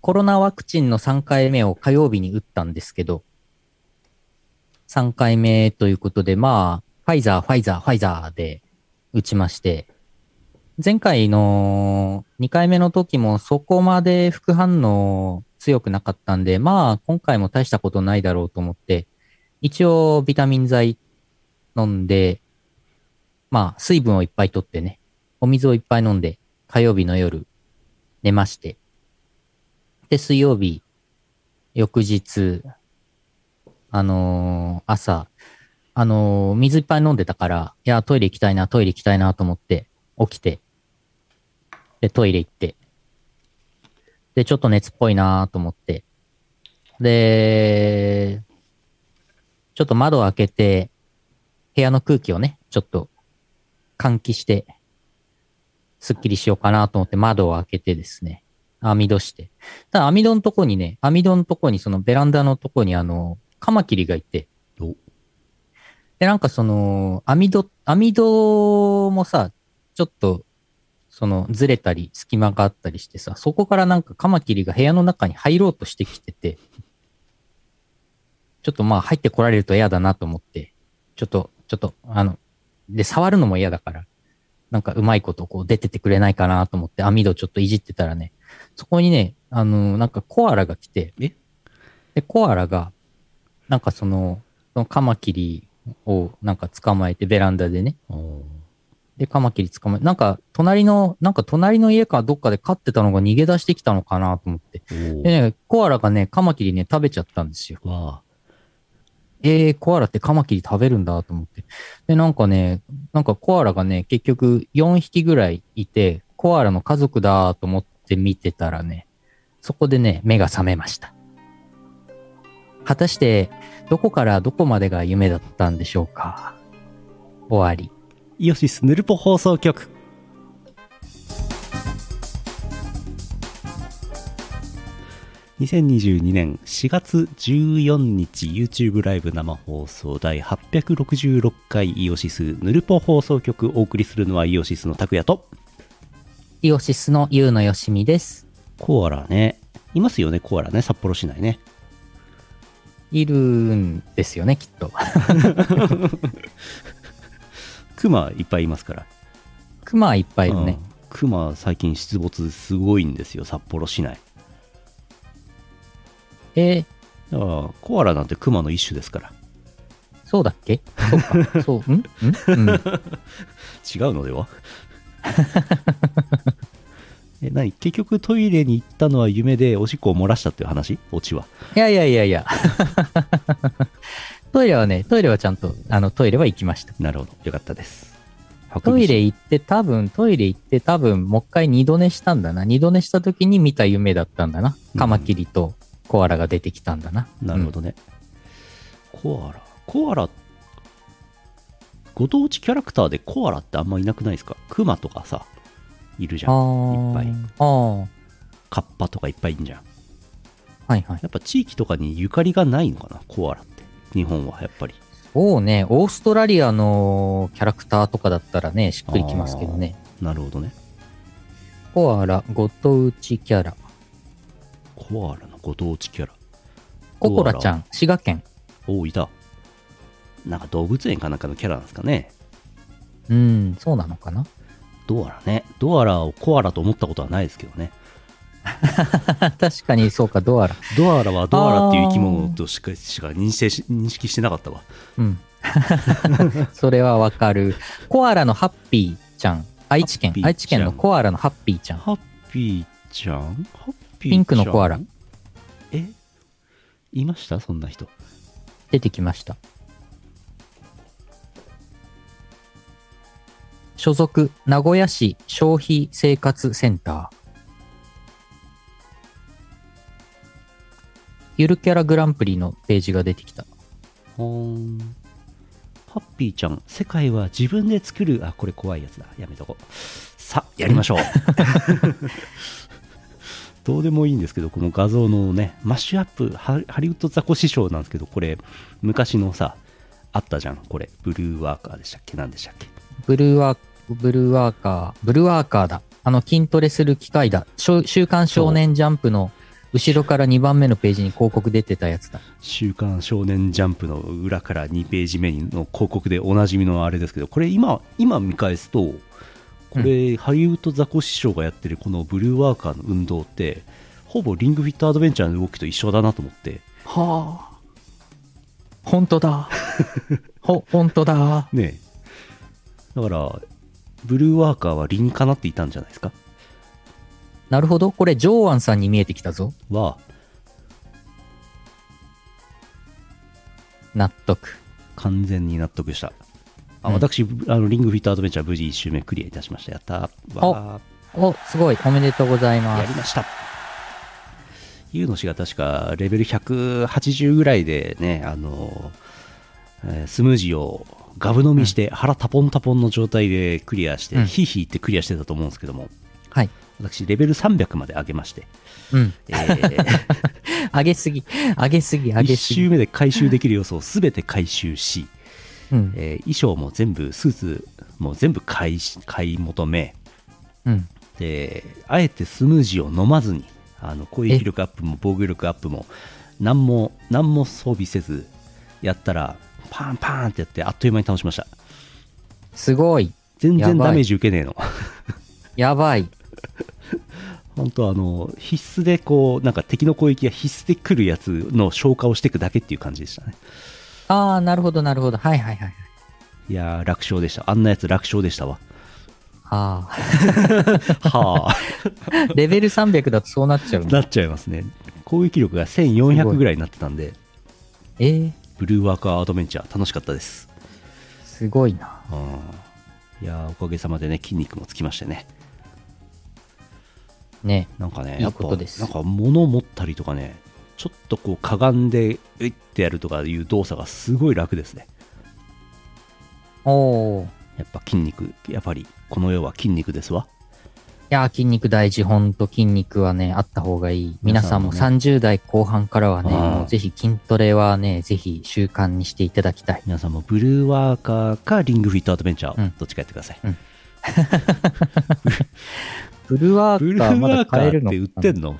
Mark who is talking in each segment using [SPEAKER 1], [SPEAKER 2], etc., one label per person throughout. [SPEAKER 1] コロナワクチンの3回目を火曜日に打ったんですけど、3回目ということで、まあ、ファイザー、ファイザー、ファイザーで打ちまして、前回の2回目の時もそこまで副反応強くなかったんで、まあ、今回も大したことないだろうと思って、一応ビタミン剤飲んで、まあ、水分をいっぱい取ってね、お水をいっぱい飲んで、火曜日の夜、寝まして。で、水曜日、翌日、あのー朝、あのー水いっぱい飲んでたから、いや、トイレ行きたいな、トイレ行きたいなと思って、起きて、で、トイレ行って、で、ちょっと熱っぽいなと思って、で、ちょっと窓を開けて、部屋の空気をね、ちょっと換気して、すっきりしようかなと思って窓を開けてですね、網戸して。ただ網戸のとこにね、網戸のとこにそのベランダのとこにあの、カマキリがいて
[SPEAKER 2] お。
[SPEAKER 1] で、なんかその、網戸、網戸もさ、ちょっと、その、ずれたり、隙間があったりしてさ、そこからなんかカマキリが部屋の中に入ろうとしてきてて、ちょっとまあ入ってこられると嫌だなと思って、ちょっと、ちょっと、あの、で、触るのも嫌だから、なんかうまいことこう出ててくれないかなと思って網戸ちょっといじってたらね、そこにね、あのなんかコアラが来て、
[SPEAKER 2] え
[SPEAKER 1] で、コアラが、なんかその、そのカマキリをなんか捕まえてベランダでね、
[SPEAKER 2] あー
[SPEAKER 1] で、カマキリ捕まえ、なんか隣の、なんか隣の家かどっかで飼ってたのが逃げ出してきたのかなと思って。
[SPEAKER 2] おー
[SPEAKER 1] でね、コアラがね、カマキリね、食べちゃったんですよ。
[SPEAKER 2] わあ
[SPEAKER 1] えー、コアラってカマキリ食べるんだと思って。で、なんかね、なんかコアラがね、結局4匹ぐらいいて、コアラの家族だと思って見てたらね、そこでね、目が覚めました。果たして、どこからどこまでが夢だったんでしょうか。終わり。
[SPEAKER 2] イオシスヌルポ放送局2022年4月14日 YouTube ライブ生放送第866回イオシスヌルポ放送局お送りするのはイオシスの拓也と
[SPEAKER 1] イオシスのユウのよしみです。
[SPEAKER 2] コアラねいますよねコアラね札幌市内ね
[SPEAKER 1] いるんですよね、きっと。
[SPEAKER 2] クマいっぱいいますから
[SPEAKER 1] クマはいっぱいいるね。
[SPEAKER 2] うんクマ最近出没すごいんですよ札幌市内
[SPEAKER 1] え
[SPEAKER 2] だからコアラなんてクマの一種ですから
[SPEAKER 1] ー、そうだっけそうか。そう、んんうん。
[SPEAKER 2] 違うのでは え何結局トイレに行ったのは夢でおしっこを漏らしたっていう話オチはい
[SPEAKER 1] やいやいや いや。トイレはね、トイレはちゃんと、あの、トイレは行きました。
[SPEAKER 2] なるほどよかったです
[SPEAKER 1] トイレ行って多分、トイレ行って多分、もう一回二度寝したんだな。二度寝した時に見た夢だったんだな
[SPEAKER 2] う。ん
[SPEAKER 1] カマキリとコアラが出てきたんだな。
[SPEAKER 2] なるほどね、コアラコアラご当地キャラクターでコアラってあんまいなくないですかクマとかさいるじゃん
[SPEAKER 1] うん。ああ。
[SPEAKER 2] いっぱい
[SPEAKER 1] ああ。は
[SPEAKER 2] カッパとかいっぱいいるじゃん
[SPEAKER 1] いはい。
[SPEAKER 2] やっぱ地域とかにゆかりがないのかなコアラって日本はやっぱり
[SPEAKER 1] そうね、オーストラリアのキャラクターとかだったらね、しっくりきますけどね。
[SPEAKER 2] なるほどね
[SPEAKER 1] コアラ、ご当地キャラ。
[SPEAKER 2] コアラのご当地キャラ
[SPEAKER 1] ココラちゃん、滋賀県。
[SPEAKER 2] おおいたなんか動物園かなんかのキャラなんですかね
[SPEAKER 1] うん、そうなのかな
[SPEAKER 2] ドアラねドアラをコアラと思ったことはないですけどね
[SPEAKER 1] 確かにそうか、ドアラ。
[SPEAKER 2] ドアラはドアラっていう生き物としかしか認識し認識してなかったわ
[SPEAKER 1] うん。それはわかる。コアラのハッピーちゃん。愛知県
[SPEAKER 2] ハッピー。ちゃん
[SPEAKER 1] 愛知県のコアラのハッピーちゃん。
[SPEAKER 2] ハッピーちゃんハッピーちゃ
[SPEAKER 1] ピ
[SPEAKER 2] ん
[SPEAKER 1] ンクのコアラ
[SPEAKER 2] えいましたそんな人
[SPEAKER 1] 出てきました。所属、名古屋市消費生活センター。ゆるキャラグランプリのページが出てきた。
[SPEAKER 2] ほーんハッピーちゃん世界は自分で作るあこれ怖いやつだやめとこうさあやりましょう どうでもいいんですけどこの画像のねマッシュアップハハリウッドザコシショウなんですけどこれ昔のさあったじゃんこれブルーワーカーでしたっけ何でしたっけ
[SPEAKER 1] ブルーワー、ブルーワーカー、ブルーワーカーだ。あの、筋トレする機械だ。しょ週刊少年ジャンプの後ろから2番目のページに広告出てたやつだ。
[SPEAKER 2] 週刊少年ジャンプの裏から2ページ目の広告でおなじみのあれですけど、これ今、今見返すと、これ、ハリウッドザコシショウがやってるこのブルーワーカーの運動って、ほぼリングフィットアドベンチャーの動きと一緒だなと思って、
[SPEAKER 1] はあ。本当 だ。ほ、本当だ。
[SPEAKER 2] ねえだから、ブルーワーカーは理にかなっていたんじゃないですか
[SPEAKER 1] なるほど。これ、ジョーアンさんに見えてきたぞ。
[SPEAKER 2] は、
[SPEAKER 1] 納得。
[SPEAKER 2] 完全に納得した。あ
[SPEAKER 1] うん
[SPEAKER 2] 私、あのリングフィットアドベンチャー無事1周目クリアいたしました。やったー。わ
[SPEAKER 1] お、すごい。おめでとうござい
[SPEAKER 2] ー
[SPEAKER 1] ま
[SPEAKER 2] や
[SPEAKER 1] す
[SPEAKER 2] り。ました。ユウの氏が確かレベル180ぐらいでね、あのーえースムージーをガブ飲みして腹タポンタポンの状態でクリアして、
[SPEAKER 1] うん
[SPEAKER 2] ヒーヒーってクリアしてたと思うんですけども、
[SPEAKER 1] はい。
[SPEAKER 2] 私、レベル300まで上げ まして、
[SPEAKER 1] うん。
[SPEAKER 2] えー
[SPEAKER 1] 上げすぎ。上げすぎ、上
[SPEAKER 2] 1
[SPEAKER 1] げすぎ。
[SPEAKER 2] 周目で回収できる要素を全て回収し、
[SPEAKER 1] うん。
[SPEAKER 2] えー衣装も全部スーツも全部買いし買い求め
[SPEAKER 1] うん。
[SPEAKER 2] であえてスムージーを飲まずにあの攻撃力アップも防御力アップも何も何も装備せずやったらパンパンってやってあっという間に倒しました
[SPEAKER 1] すごい。
[SPEAKER 2] 全
[SPEAKER 1] やば
[SPEAKER 2] 然
[SPEAKER 1] い
[SPEAKER 2] ダメージ受けねえの
[SPEAKER 1] やばい。
[SPEAKER 2] 本当あの必須でこうなんか敵の攻撃が必須で来るやつの消化をしていくだけっていう感じでしたね
[SPEAKER 1] ああ、なるほど、なるほど。はいはいはいはい。
[SPEAKER 2] いやー楽勝でしたあんなやつ楽勝 でしたわ
[SPEAKER 1] ああ。
[SPEAKER 2] はあ
[SPEAKER 1] レベル300だとそうなっちゃう。
[SPEAKER 2] なっちゃいますね攻撃力が1400ぐらいになってたんで
[SPEAKER 1] えー、
[SPEAKER 2] ブルーワーカーアドベンチャー楽しかったです、
[SPEAKER 1] すごいな。
[SPEAKER 2] うん、いやーおかげさまでね筋肉もつきましてね
[SPEAKER 1] ね。
[SPEAKER 2] なんかね
[SPEAKER 1] いい
[SPEAKER 2] やっぱ
[SPEAKER 1] ことです
[SPEAKER 2] なんか物を持ったりとかねちょっとこうかがんでういってやるとかいう動作がすごい楽ですね
[SPEAKER 1] おー。
[SPEAKER 2] やっぱ筋肉やっぱりこの世は筋肉ですわ
[SPEAKER 1] いやー、筋肉大事。ほんと筋肉はね、あった方がいい。皆さんも
[SPEAKER 2] 皆さん
[SPEAKER 1] 30代後半からはね、
[SPEAKER 2] うん
[SPEAKER 1] もうぜひ筋トレはね、ぜひ習慣にしていただきたい。
[SPEAKER 2] 皆さんもブルーワーカーかリングフィットアドベンチャー、
[SPEAKER 1] うん
[SPEAKER 2] どっちかやってください
[SPEAKER 1] ブルワ
[SPEAKER 2] ブ
[SPEAKER 1] ー
[SPEAKER 2] ルー
[SPEAKER 1] カーま
[SPEAKER 2] ワー
[SPEAKER 1] だ
[SPEAKER 2] カ
[SPEAKER 1] 買える
[SPEAKER 2] ーっ
[SPEAKER 1] の
[SPEAKER 2] て売ってんの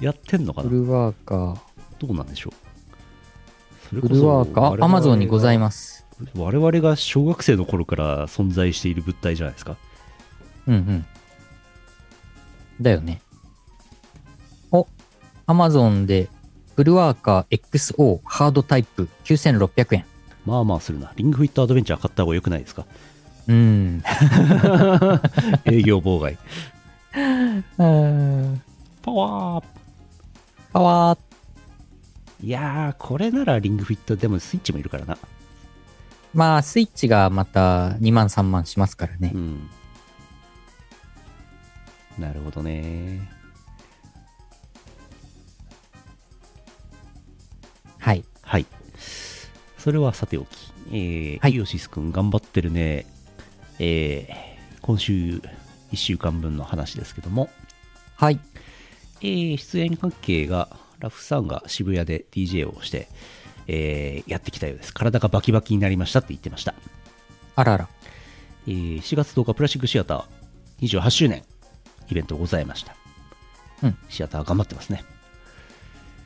[SPEAKER 2] やってんのか
[SPEAKER 1] ブ
[SPEAKER 2] な
[SPEAKER 1] ルワーカー。
[SPEAKER 2] どうなんでしょう
[SPEAKER 1] ブルワーカー、アマゾンにござい
[SPEAKER 2] ま
[SPEAKER 1] ます。
[SPEAKER 2] す。我々が小学生の頃から存在している物体じゃないですか。
[SPEAKER 1] うんうん。だよね。お、アマゾンで、ブルワーカー XO ハードタイプ9600円。
[SPEAKER 2] まあまあするな。リングフィットアドベンチャー買った方が良くないですか
[SPEAKER 1] うーん。
[SPEAKER 2] 営業妨害。パワー
[SPEAKER 1] パワー、
[SPEAKER 2] いやー、これならリングフィットでもスイッチもいるからな。
[SPEAKER 1] まあ、スイッチがまた2万3万しますからね
[SPEAKER 2] う。ん。なるほどね。
[SPEAKER 1] はい。
[SPEAKER 2] はい。それはさておき。えー
[SPEAKER 1] はい
[SPEAKER 2] イオシス君頑張ってるね。えー今週1週間分の話ですけども。
[SPEAKER 1] はい。
[SPEAKER 2] えー出演関係がラフさんが渋谷で DJ をして、えーやってきたようです体がバキバキになりましたって言ってました、
[SPEAKER 1] あらあら。
[SPEAKER 2] えー4月10日プラスチックシアター28周年イベントございました、
[SPEAKER 1] うん
[SPEAKER 2] シアター頑張ってますね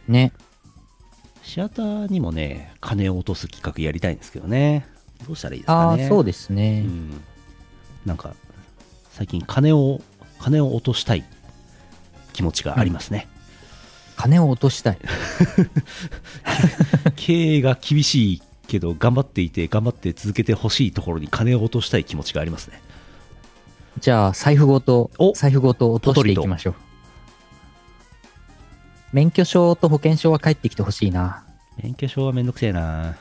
[SPEAKER 1] ね。
[SPEAKER 2] シアターにもね金を落とす企画やりたいんですけどねどうしたらいいです
[SPEAKER 1] あ
[SPEAKER 2] か
[SPEAKER 1] あ、
[SPEAKER 2] ね
[SPEAKER 1] そうですね。
[SPEAKER 2] うんなんか最近金を金を落としたい気持ちがありますね、
[SPEAKER 1] 金を落としたい。
[SPEAKER 2] 経営が厳しいけど頑張っていて頑張って続けてほしいところに金を落としたい気持ちがありますね
[SPEAKER 1] じゃあ、財布ごと
[SPEAKER 2] お、
[SPEAKER 1] 財布ごと落としていきましょう。免許証と保険証は返ってきてほしいな。
[SPEAKER 2] 免許証はめんどくせ えな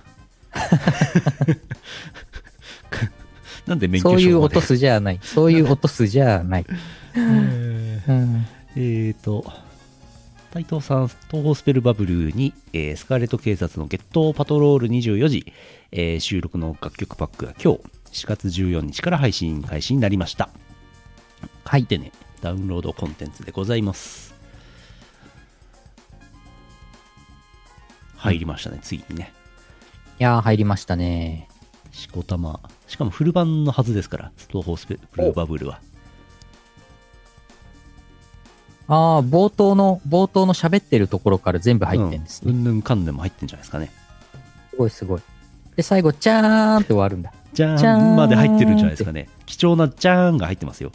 [SPEAKER 2] なんで免許
[SPEAKER 1] そ
[SPEAKER 2] 証ま
[SPEAKER 1] う
[SPEAKER 2] で
[SPEAKER 1] いう落とすじゃない。そういう落とすじゃ ない。うん。
[SPEAKER 2] えーと斉藤さん東宝スペルバブルに、えースカーレット警察の「ゲットパトロール24時」えー収録の楽曲パックが今日4月14日から配信開始になりました
[SPEAKER 1] はい。
[SPEAKER 2] でねダウンロードコンテンツでございます入りましたねついにね
[SPEAKER 1] いやー、入りましたね。
[SPEAKER 2] しこたましかもフル版のはずですからストーホースペルブルーバブルは
[SPEAKER 1] ああ、冒頭の、冒頭の喋ってるところから全部入ってんです
[SPEAKER 2] う
[SPEAKER 1] ね。
[SPEAKER 2] んぬんかんぬんも入ってんじゃないですかね。
[SPEAKER 1] すごいすごい。で、最後、チャーンって終わるんだ。
[SPEAKER 2] じゃ
[SPEAKER 1] じゃー
[SPEAKER 2] ー
[SPEAKER 1] ん
[SPEAKER 2] んまで入ってるんじゃないですかね。貴重なじゃーんが入ってますよ。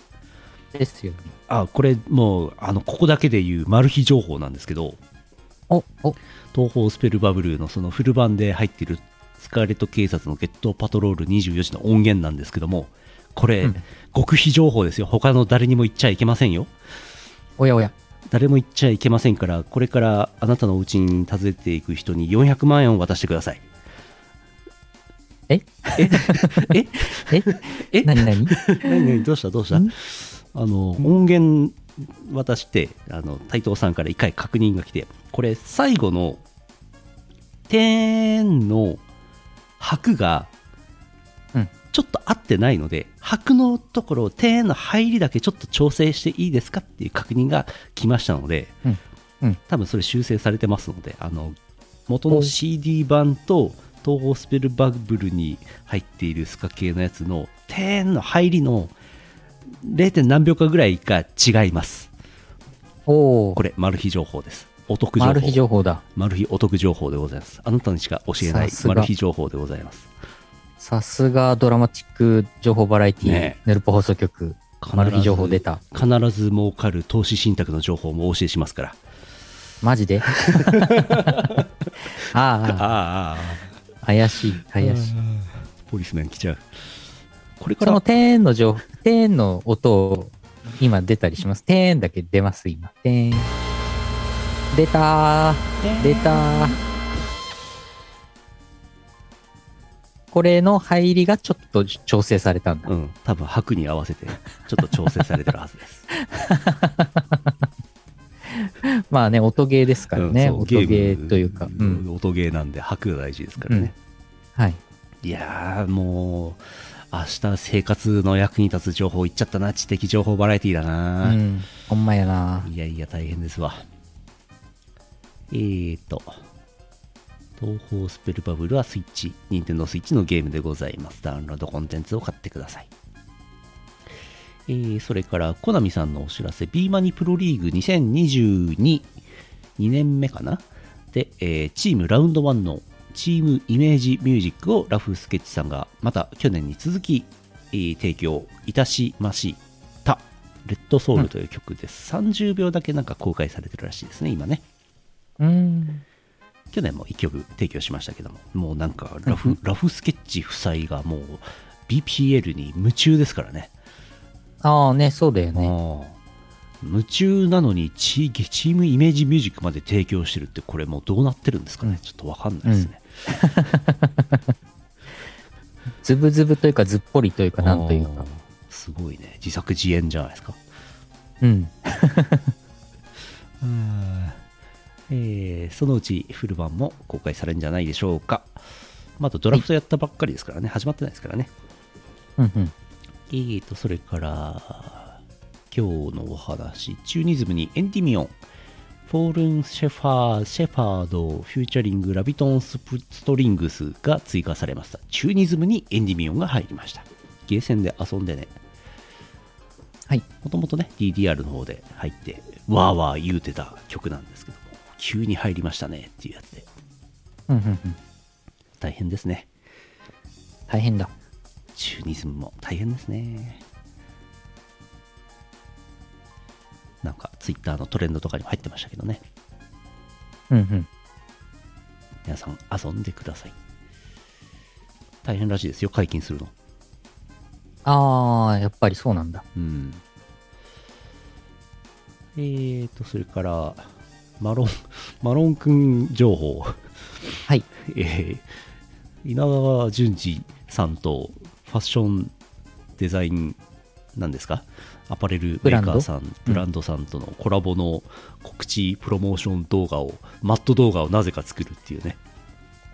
[SPEAKER 1] ですよね。
[SPEAKER 2] あ、これもう、あの、ここだけで言うマル秘情報なんですけど、
[SPEAKER 1] お、お、
[SPEAKER 2] 東方スペルバブルのそのフル版で入ってるスカーレット警察のゲットパトロール24時の音源なんですけども、これ、
[SPEAKER 1] うん
[SPEAKER 2] 極秘情報ですよ。他の誰にも言っちゃいけませんよ。
[SPEAKER 1] おやおや。
[SPEAKER 2] 誰も言っちゃいけませんから、これからあなたのお家に訪ねていく人に400万円を渡してください。
[SPEAKER 1] え
[SPEAKER 2] え
[SPEAKER 1] え
[SPEAKER 2] え
[SPEAKER 1] なにな に
[SPEAKER 2] 何何どうしたどうした
[SPEAKER 1] ん
[SPEAKER 2] あの音源渡してあの斉藤さんから一回確認が来てこれ最後の「点」の拍が
[SPEAKER 1] うん
[SPEAKER 2] ちょっと合ってないので拍のところ「点」の入りだけちょっと調整していいですかっていう確認が来ましたので、
[SPEAKER 1] うんうん
[SPEAKER 2] 多分それ修正されてますのであの元の CD 版と東方スペルバブルに入っているスカ系のやつの「点」の入りの 0. 何秒かぐらいが違います
[SPEAKER 1] おお
[SPEAKER 2] こ、れマル秘情報ですお得情報
[SPEAKER 1] マル秘情報だ。
[SPEAKER 2] マル秘お得情報でございますあなたにしか教えない
[SPEAKER 1] さすが
[SPEAKER 2] マル秘情報でございます
[SPEAKER 1] さすがドラマチック情報バラエティ、
[SPEAKER 2] ね
[SPEAKER 1] ヌルポ放送局、
[SPEAKER 2] 必ず
[SPEAKER 1] マル秘情報出た。
[SPEAKER 2] 必ず儲かる投資信託の情報もお教えしますから
[SPEAKER 1] マジで あ
[SPEAKER 2] ああ
[SPEAKER 1] あ、怪しい、怪しい。
[SPEAKER 2] ポリスメン来ちゃうこれか
[SPEAKER 1] その
[SPEAKER 2] ら
[SPEAKER 1] テーンの情報、テーンの音を今出たりします。テーンだけ出ます、今。テーン。出たー。出たー。これの入りがちょっと調整されたんだ。
[SPEAKER 2] うん多分白に合わせてちょっと調整されてるはずです
[SPEAKER 1] まあね、音ゲーですからね。
[SPEAKER 2] うんそう
[SPEAKER 1] 音ゲーというか。
[SPEAKER 2] ゲ
[SPEAKER 1] う
[SPEAKER 2] ーム
[SPEAKER 1] ん。
[SPEAKER 2] 音ゲーなんで白が大事ですからね、
[SPEAKER 1] はい。
[SPEAKER 2] いやーもう明日生活の役に立つ情報言っちゃったな知的情報バラエティーだ
[SPEAKER 1] う
[SPEAKER 2] な、
[SPEAKER 1] ん。ほんまやない
[SPEAKER 2] やいや大変ですわえーと東方スペルバブルはスイッチ任天堂スイッチのゲームでございますダウンロードコンテンツを買ってくださいえーそれからコナミさんのお知らせ B マニプロリーグ20222年目かなで、えーチームラウンド1のチームイメージミュージックをラフスケッチさんがまた去年に続き、えー提供いたしましたレッドソウルという曲です、30秒だけなんか公開されてるらしいですね今ね
[SPEAKER 1] うん。
[SPEAKER 2] 去年も1曲提供しましたけどももうなんかラフ,、ラフスケッチ夫妻がもう BPL に夢中ですからね
[SPEAKER 1] ああね、そうだよね。
[SPEAKER 2] ああ夢中なのにチーチームイメージミュージックまで提供してるってこれもうどうなってるんですかね、
[SPEAKER 1] うん
[SPEAKER 2] ちょっとわかんないですね、
[SPEAKER 1] ズブズブというか、ずっぽりというか、なんという
[SPEAKER 2] ああ
[SPEAKER 1] か。
[SPEAKER 2] すごいね自作自演じゃないですか
[SPEAKER 1] うん。
[SPEAKER 2] えーそのうちフル版も公開されるんじゃないでしょうかまだドラフトやったばっかりですからね始まってないですからね
[SPEAKER 1] うんうん。
[SPEAKER 2] えーと、それから、今日のお話、チューニズムにエンディミオン、フォールン・シェファー、シェファード、フューチャリング、ラビトン・スプストリングスが追加されました。チューニズムにエンディミオンが入りました。ゲーセンで遊んでね。
[SPEAKER 1] はい。
[SPEAKER 2] もともとね、DDR の方で入って、わーわー言うてた曲なんですけども、急に入りましたねっていうやつで、
[SPEAKER 1] うんうんうん。
[SPEAKER 2] 大変ですね。
[SPEAKER 1] 大変だ。
[SPEAKER 2] チューニズムも大変ですねなんかツイッターのトレンドとかにも入ってましたけどね
[SPEAKER 1] うんうん。
[SPEAKER 2] 皆さん遊んでください大変らしいですよ解禁するの
[SPEAKER 1] ああ、やっぱりそうなんだ。
[SPEAKER 2] うんえーとそれからマロン マロンくん情報
[SPEAKER 1] はい。
[SPEAKER 2] えー 稲川淳二さんとファッションデザインなんですかアパレルメーカーさんブラ
[SPEAKER 1] ブランド
[SPEAKER 2] ンドさんとのコラボの告知プロモーション動画を、マット動画をなぜか作るっていうね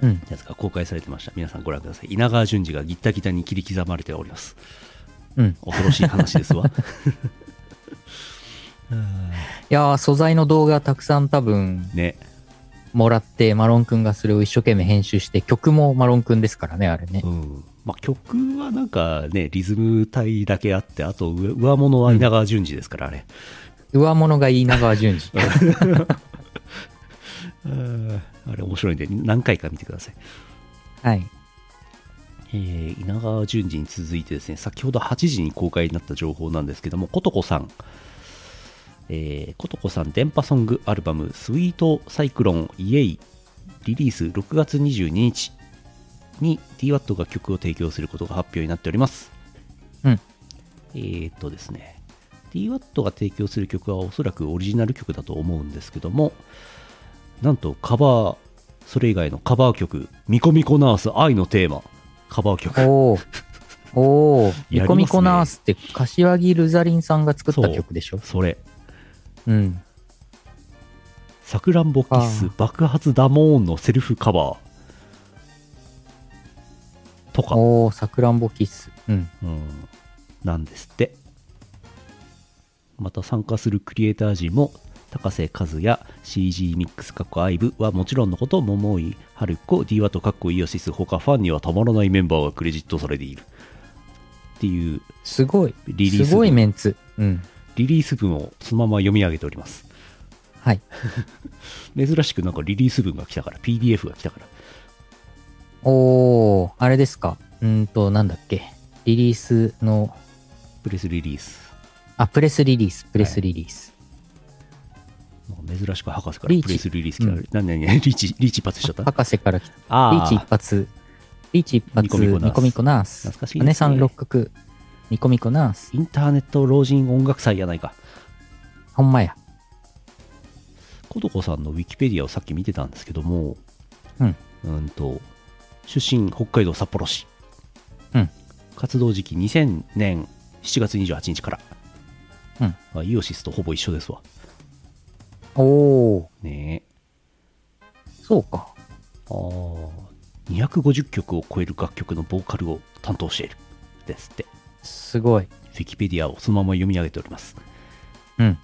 [SPEAKER 1] うん。
[SPEAKER 2] やつが公開されてました皆さんご覧ください稲川淳二がギッタギタに切り刻まれております
[SPEAKER 1] うん。
[SPEAKER 2] 恐ろしい話ですわ
[SPEAKER 1] いやー、素材の動画たくさん多分
[SPEAKER 2] ね
[SPEAKER 1] もらって、マロンくんがそれを一生懸命編集して、曲もマロンくんですからね、あれね
[SPEAKER 2] う。んまあ、曲はなんかねリズム体だけあってあと上上物は稲川淳二ですからあれ
[SPEAKER 1] 上物が稲川淳二。
[SPEAKER 2] あーあれ面白いんで何回か見てください、
[SPEAKER 1] はい。
[SPEAKER 2] えー稲川淳二に続いてですね先ほど8時に公開になった情報なんですけどもことこさんえーことこさん電波ソングアルバム「スイートサイクロンイエイ」リリース6月22日に DWAT が曲を提供することが発表になっております
[SPEAKER 1] うん
[SPEAKER 2] えーっとですね DWAT が提供する曲はおそらくオリジナル曲だと思うんですけどもなんとカバーそれ以外のカバー曲「ミコミコナース愛のテーマ」カバー曲
[SPEAKER 1] おお。おお。
[SPEAKER 2] やりますね
[SPEAKER 1] ニコミコナースって、柏木ルザリンさんが作った曲でしょ
[SPEAKER 2] それ
[SPEAKER 1] うん。
[SPEAKER 2] 「さくらんぼキッス
[SPEAKER 1] あー
[SPEAKER 2] 爆発ダモーン」のセルフカバーとか、
[SPEAKER 1] おお、さくらんぼキッス。うん。
[SPEAKER 2] うん、なんですってまた参加するクリエイター陣も高瀬和也 CG ミックスかっこアイブはもちろんのこと桃井春子 d ワとかっこイオシス他ファンにはたまらないメンバーがクレジットされているっていう
[SPEAKER 1] すごい。
[SPEAKER 2] リリース分
[SPEAKER 1] すごいメンツ。うん。
[SPEAKER 2] リリース文をそのまま読み上げております
[SPEAKER 1] はい。
[SPEAKER 2] 珍しくなんかリリース文が来たから PDF が来たから
[SPEAKER 1] おお、あれですか。うーんと、なんだっけ。リリースの、
[SPEAKER 2] プレスリリース
[SPEAKER 1] あ、プレスリリース、プレスリリース。
[SPEAKER 2] なんか珍しく博士から
[SPEAKER 1] リーチ
[SPEAKER 2] プレスリリース来た、
[SPEAKER 1] うん
[SPEAKER 2] 何何 何リーチリーチ一発しちゃった
[SPEAKER 1] 博士から来た。
[SPEAKER 2] あ
[SPEAKER 1] リーチ一
[SPEAKER 2] あ
[SPEAKER 1] 発。リーチ一発、
[SPEAKER 2] ニ
[SPEAKER 1] ニ
[SPEAKER 2] コ
[SPEAKER 1] コ
[SPEAKER 2] ミコナース
[SPEAKER 1] ミコナース。
[SPEAKER 2] 懐かしいですね
[SPEAKER 1] 姉さん六角、ニコミコナース。
[SPEAKER 2] インターネット老人音楽祭やないか
[SPEAKER 1] ほんまや。
[SPEAKER 2] ことこさんのウィキペディアをさっき見てたんですけども、
[SPEAKER 1] うん
[SPEAKER 2] うんと出身北海道札幌市、
[SPEAKER 1] うん
[SPEAKER 2] 活動時期2000年7月28日から、
[SPEAKER 1] うん
[SPEAKER 2] まあ、イオシスとほぼ一緒ですわ
[SPEAKER 1] おお、
[SPEAKER 2] ねえ
[SPEAKER 1] そうか。
[SPEAKER 2] あー250曲を超える楽曲のボーカルを担当しているですって
[SPEAKER 1] すごい。
[SPEAKER 2] ウィキペディアをそのまま読み上げております
[SPEAKER 1] うん。い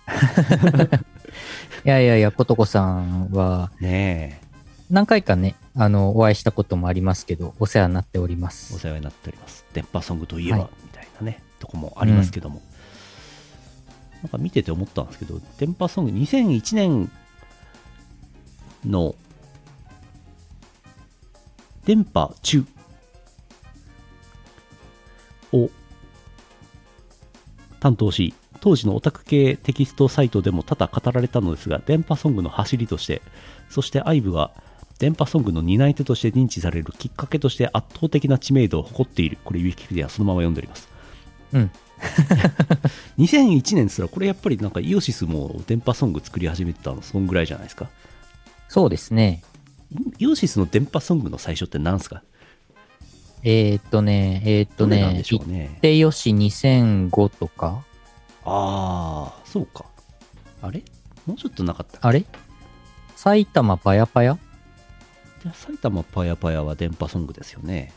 [SPEAKER 1] やいやいや、ことこさんは、
[SPEAKER 2] ねえ
[SPEAKER 1] 何回かね、あの、お会いしたこともありますけど、お世話になっておりま
[SPEAKER 2] お
[SPEAKER 1] す。
[SPEAKER 2] 世話になっております電波ソングといえば、
[SPEAKER 1] はい
[SPEAKER 2] みたいなねとこもありますけども、なんか見てて思ったんですけど電波ソング2001年の電波中を担当し当時のオタク系テキストサイトでも多々語られたのですが電波ソングの走りとしてそして IVE が電波ソングの担い手として認知されるきっかけとして圧倒的な知名度を誇っているこれウィキペディアそのまま読んでおります
[SPEAKER 1] うん。
[SPEAKER 2] 2001年ですらこれやっぱりなんかイオシスも電波ソング作り始めてたのそんぐらいじゃないですか
[SPEAKER 1] そうですね。
[SPEAKER 2] イイオシスの電波ソングの最初って何すか
[SPEAKER 1] えーっとね、えーっと
[SPEAKER 2] どれなん
[SPEAKER 1] ね
[SPEAKER 2] で、しょうね
[SPEAKER 1] でよし2005とか、
[SPEAKER 2] ああそうかあれもうちょっとなかったっけ
[SPEAKER 1] あれ埼玉パヤパヤ
[SPEAKER 2] じゃあ埼玉パヤパヤは電波ソングですよね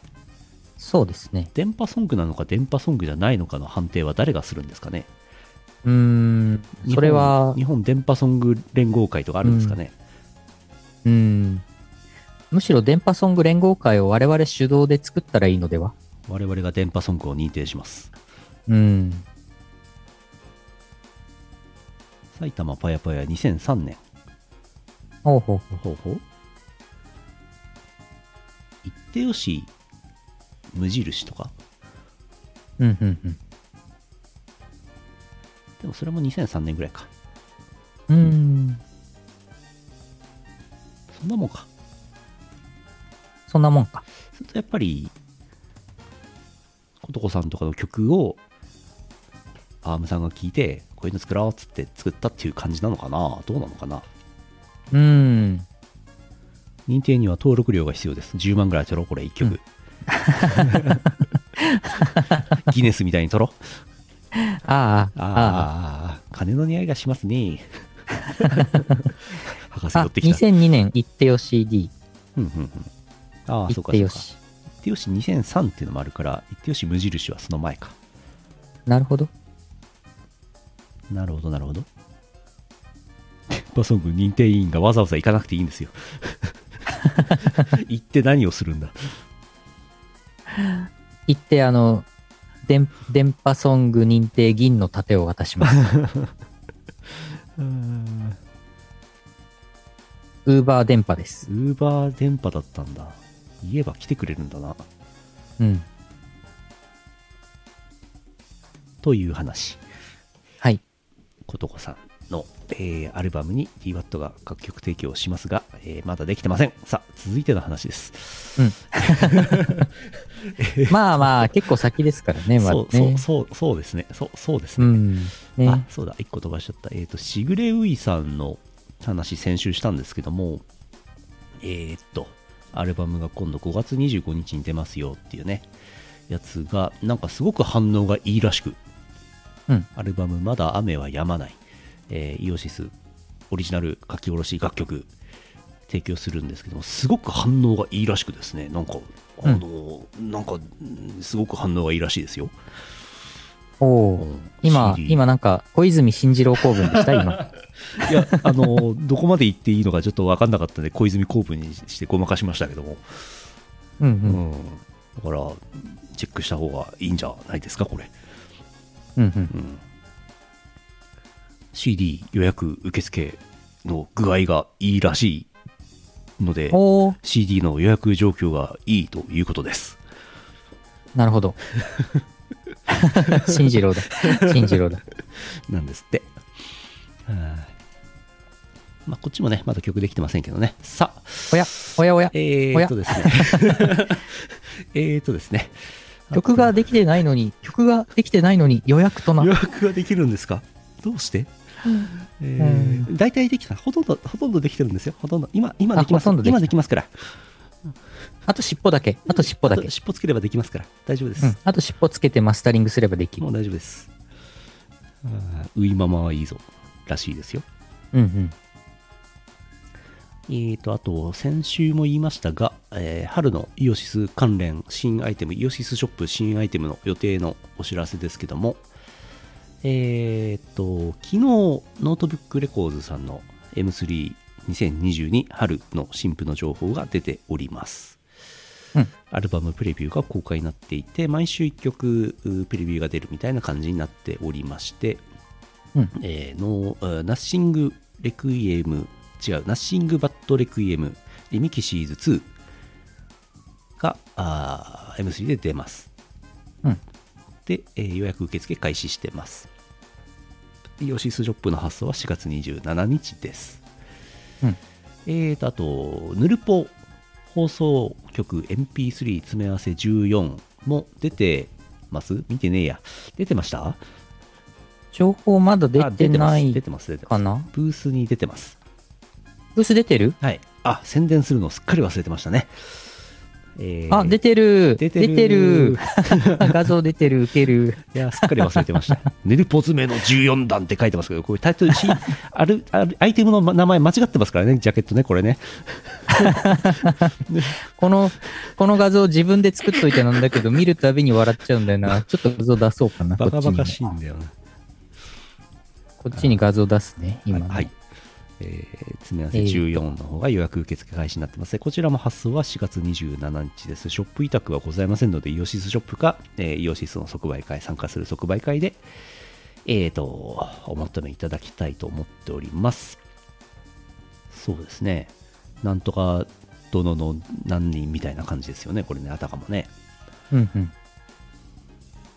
[SPEAKER 1] そうですね。
[SPEAKER 2] 電波ソングなのか電波ソングじゃないのかの判定は誰がするんですかね
[SPEAKER 1] うーん、
[SPEAKER 2] 日本
[SPEAKER 1] それは、
[SPEAKER 2] 日本電波ソング連合会とかあるんですかね、
[SPEAKER 1] うん、むしろ電波ソング連合会を我々主導で作ったらいいのでは
[SPEAKER 2] 我々が電波ソングを認定します
[SPEAKER 1] うん、
[SPEAKER 2] 埼玉パヤパヤ2003年
[SPEAKER 1] ほうほうほう。
[SPEAKER 2] ほうほう言ってよし無印とか
[SPEAKER 1] うんうん
[SPEAKER 2] でもそれも2003年ぐらいか
[SPEAKER 1] うん。うん、
[SPEAKER 2] そんなもんか
[SPEAKER 1] そんなもんか。
[SPEAKER 2] するとやっぱりことこさんとかの曲をアームさんが聴いてこういうの作ろうっつって作ったっていう感じなのかなどうなのかな
[SPEAKER 1] うん。
[SPEAKER 2] 認定には登録料が必要です10万ぐらい取ろうこれ1曲、
[SPEAKER 1] うん
[SPEAKER 2] ギネスみたいに取ろう
[SPEAKER 1] ああ、ああ。
[SPEAKER 2] ああ、金の匂いがします ね。博士
[SPEAKER 1] あ、
[SPEAKER 2] 寄ってきた。
[SPEAKER 1] 2002年、行ってよ CD。
[SPEAKER 2] うんうんうん、ああ、
[SPEAKER 1] 行
[SPEAKER 2] そう
[SPEAKER 1] っ
[SPEAKER 2] か
[SPEAKER 1] て
[SPEAKER 2] そう
[SPEAKER 1] よ
[SPEAKER 2] か。
[SPEAKER 1] し。
[SPEAKER 2] 一手よし2003っていうのもあるから、一手よし無印はその前か。
[SPEAKER 1] なるほど。
[SPEAKER 2] なるほど、なるほど。電波ソング認定委員がわざわざ行かなくていいんです よ。行って何をするんだ。
[SPEAKER 1] 行って、あの、 電電波ソング認定銀の盾を渡します。
[SPEAKER 2] うん
[SPEAKER 1] ウーバー電波です。
[SPEAKER 2] ウーバー電波だったんだ。言えば来てくれるんだな。
[SPEAKER 1] うん。
[SPEAKER 2] という話。
[SPEAKER 1] はい。
[SPEAKER 2] ことこさんの、えーアルバムに DWAT が楽曲提供しますが、えーまだできてません。さあ、続いての話です。
[SPEAKER 1] まあまあ、結構先ですからね、まだ
[SPEAKER 2] そ
[SPEAKER 1] ね
[SPEAKER 2] う。そうそうそうですね。そうそうです
[SPEAKER 1] う
[SPEAKER 2] ね。
[SPEAKER 1] ん。
[SPEAKER 2] あ
[SPEAKER 1] ね。
[SPEAKER 2] そうだ、一個飛ばしちゃった。えっ、と、しぐれういさんの話、先週したんですけども、えーっと、アルバムが今度5月25日に出ますよっていうね、やつが、なんかすごく反応がいいらしく、
[SPEAKER 1] うん
[SPEAKER 2] アルバム、まだ雨は止まない、えーイオシスオリジナル書き下ろし楽曲、提供するんですけども、すごく反応がいいらしくですね、なんか、あのーなんか、うんすごく反応がいいらしいですよ。
[SPEAKER 1] お
[SPEAKER 2] う
[SPEAKER 1] お。
[SPEAKER 2] ん
[SPEAKER 1] 今、
[SPEAKER 2] CD
[SPEAKER 1] 今なんか、小泉進次郎公文でした、 今。
[SPEAKER 2] いや、あの、どこまで行っていいのかちょっと分かんなかったんで、小泉公文にしてごまかしましたけども、
[SPEAKER 1] うんう。
[SPEAKER 2] うんん、だから、チェックした方がいいんじゃないですか、これ。
[SPEAKER 1] うんうん。
[SPEAKER 2] うん、CD 予約受付の具合がいいらしいので、
[SPEAKER 1] おお
[SPEAKER 2] CD の予約状況がいいということです。
[SPEAKER 1] なるほ ど。進次郎だ。進次郎だ。
[SPEAKER 2] なんですって。はいまあ、こっちもね、まだ曲できてませんけどね。さあ、
[SPEAKER 1] おや、おやおや。
[SPEAKER 2] えー、っとですね。 えーっとですね。
[SPEAKER 1] 曲ができてないのに、曲ができてないのに予約とな
[SPEAKER 2] 予。約ができるんですかどうして、えー大体できたほとんどほとんどできてるんですよほとんど今今できます
[SPEAKER 1] あほとんどできた
[SPEAKER 2] 今できますから
[SPEAKER 1] あと尻尾だけ。あと尻尾だ
[SPEAKER 2] あ
[SPEAKER 1] け
[SPEAKER 2] と。尻尾つければできますから大丈夫です、
[SPEAKER 1] うん。あと尻尾つけてマスタリングすればできる
[SPEAKER 2] も。う大丈夫ですあーういままはいいぞらしいですよ
[SPEAKER 1] うんうん。
[SPEAKER 2] えーとあと先週も言いましたが、えー春のイオシス関連新アイテムイオシスショップ新アイテムの予定のお知らせですけどもえーと昨日ノートブックレコーズさんの M32022 春の新譜の情報が出ております、
[SPEAKER 1] うん
[SPEAKER 2] アルバムプレビューが公開になっていて毎週1曲うプレビューが出るみたいな感じになっておりましてえーのあナッシングレクイエム違うナッシングバットレクイエムリミキシーズ2があー M3 で出ます
[SPEAKER 1] うん。
[SPEAKER 2] で、えー予約受付開始してますイオシスショップの発送は4月27日です
[SPEAKER 1] うん。
[SPEAKER 2] えーとあとヌルポ放送局 MP3 詰め合わせ14も出てます見てねえや出てました
[SPEAKER 1] 情報まだ出
[SPEAKER 2] あ
[SPEAKER 1] てない
[SPEAKER 2] 出てます出てます出てます
[SPEAKER 1] かな
[SPEAKER 2] ブースに出てます
[SPEAKER 1] ブース出てる
[SPEAKER 2] はい。あ、宣伝するのをすっかり忘れてましたね。えー
[SPEAKER 1] あ、出てる
[SPEAKER 2] 出
[SPEAKER 1] 出
[SPEAKER 2] て
[SPEAKER 1] て
[SPEAKER 2] る
[SPEAKER 1] る 画像出てる、受ける。
[SPEAKER 2] いや、すっかり忘れてました。 ネルポズメの14段って書いてますけど、これタイトル、しある、ある、アイテムの名前間違ってますからね、ジャケットね、これね。
[SPEAKER 1] この、この画像自分で作っといてなんだけ ど、見るたびに笑っちゃうんだよな。ちょっと画像出そうかな。
[SPEAKER 2] バカバカし
[SPEAKER 1] こ
[SPEAKER 2] い
[SPEAKER 1] っ
[SPEAKER 2] んだよな。
[SPEAKER 1] ちにこっちに画像出すね、今ね。
[SPEAKER 2] はい。えー詰め合わせ14の方が予約受付開始になってますね。こちらも発送は4月27日です。ショップ委託はございませんので、イオシスショップか、えーイオシスの即売会、参加する即売会で、えーと、お求めいただきたいと思っております。そうですね。なんとか殿の何人みたいな感じですよね、これね、あたかもね。
[SPEAKER 1] うんうん。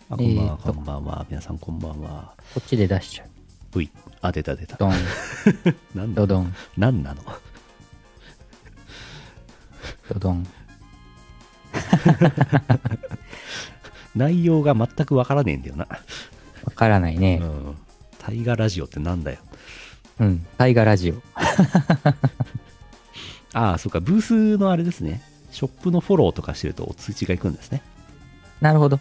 [SPEAKER 2] あ、こんばん
[SPEAKER 1] え
[SPEAKER 2] は、
[SPEAKER 1] ーと
[SPEAKER 2] こんばんは。皆さん、こんばんは。
[SPEAKER 1] こっちで出しちゃう。
[SPEAKER 2] うい、あ、出た出た。
[SPEAKER 1] ドン、
[SPEAKER 2] なん
[SPEAKER 1] ド
[SPEAKER 2] な
[SPEAKER 1] ドン、
[SPEAKER 2] 何なの
[SPEAKER 1] ドドン。
[SPEAKER 2] 内容が全くわからねえんだよな。
[SPEAKER 1] わからないね。
[SPEAKER 2] うん。大河ラジオってなんだよ。
[SPEAKER 1] うん。大河ラジオ。
[SPEAKER 2] ああ、そうか、ブースのあれですね。ショップのフォローとかしてるとお通知が行くんですね。
[SPEAKER 1] なるほど。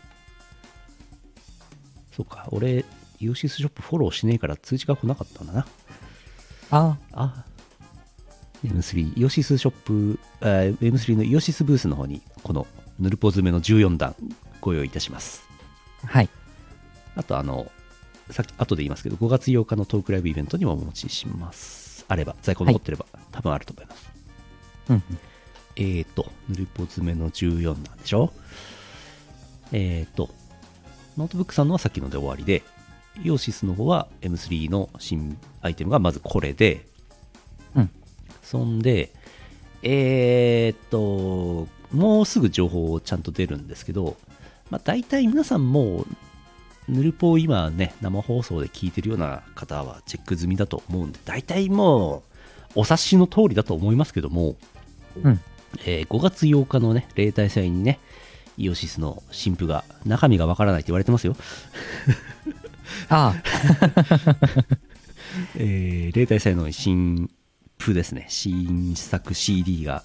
[SPEAKER 2] そうか、俺、イオシスショップフォローしねえから通知が来なかったんだな。
[SPEAKER 1] あ
[SPEAKER 2] ああ。M3、イオシスショップ、あ M3 のイオシスブースの方に、このヌルポ詰めの14段ご用意いたします。
[SPEAKER 1] はい。
[SPEAKER 2] あと、あの、さっき、後で言いますけど、5月8日のトークライブイベントにもお持ちします。あれば、在庫残ってれば、多分あると思います。
[SPEAKER 1] うん
[SPEAKER 2] えーと、ヌルポ詰めの14なんでしょえーと、ノートブックさんのはさっきので終わりで、イオシスの方は M3 の新アイテムがまずこれで、
[SPEAKER 1] うん
[SPEAKER 2] そんで、えーっと、もうすぐ情報ちゃんと出るんですけど、まあ、大体皆さんもう、ヌルポを今ね、生放送で聞いてるような方はチェック済みだと思うんで、大体もう、お察しの通りだと思いますけども、
[SPEAKER 1] うん
[SPEAKER 2] えー5月8日のね、例大祭にね、イオシスの新婦が、中身がわからないって言われてますよ。
[SPEAKER 1] あ
[SPEAKER 2] えー、例大祭の新譜ですね新作 CD が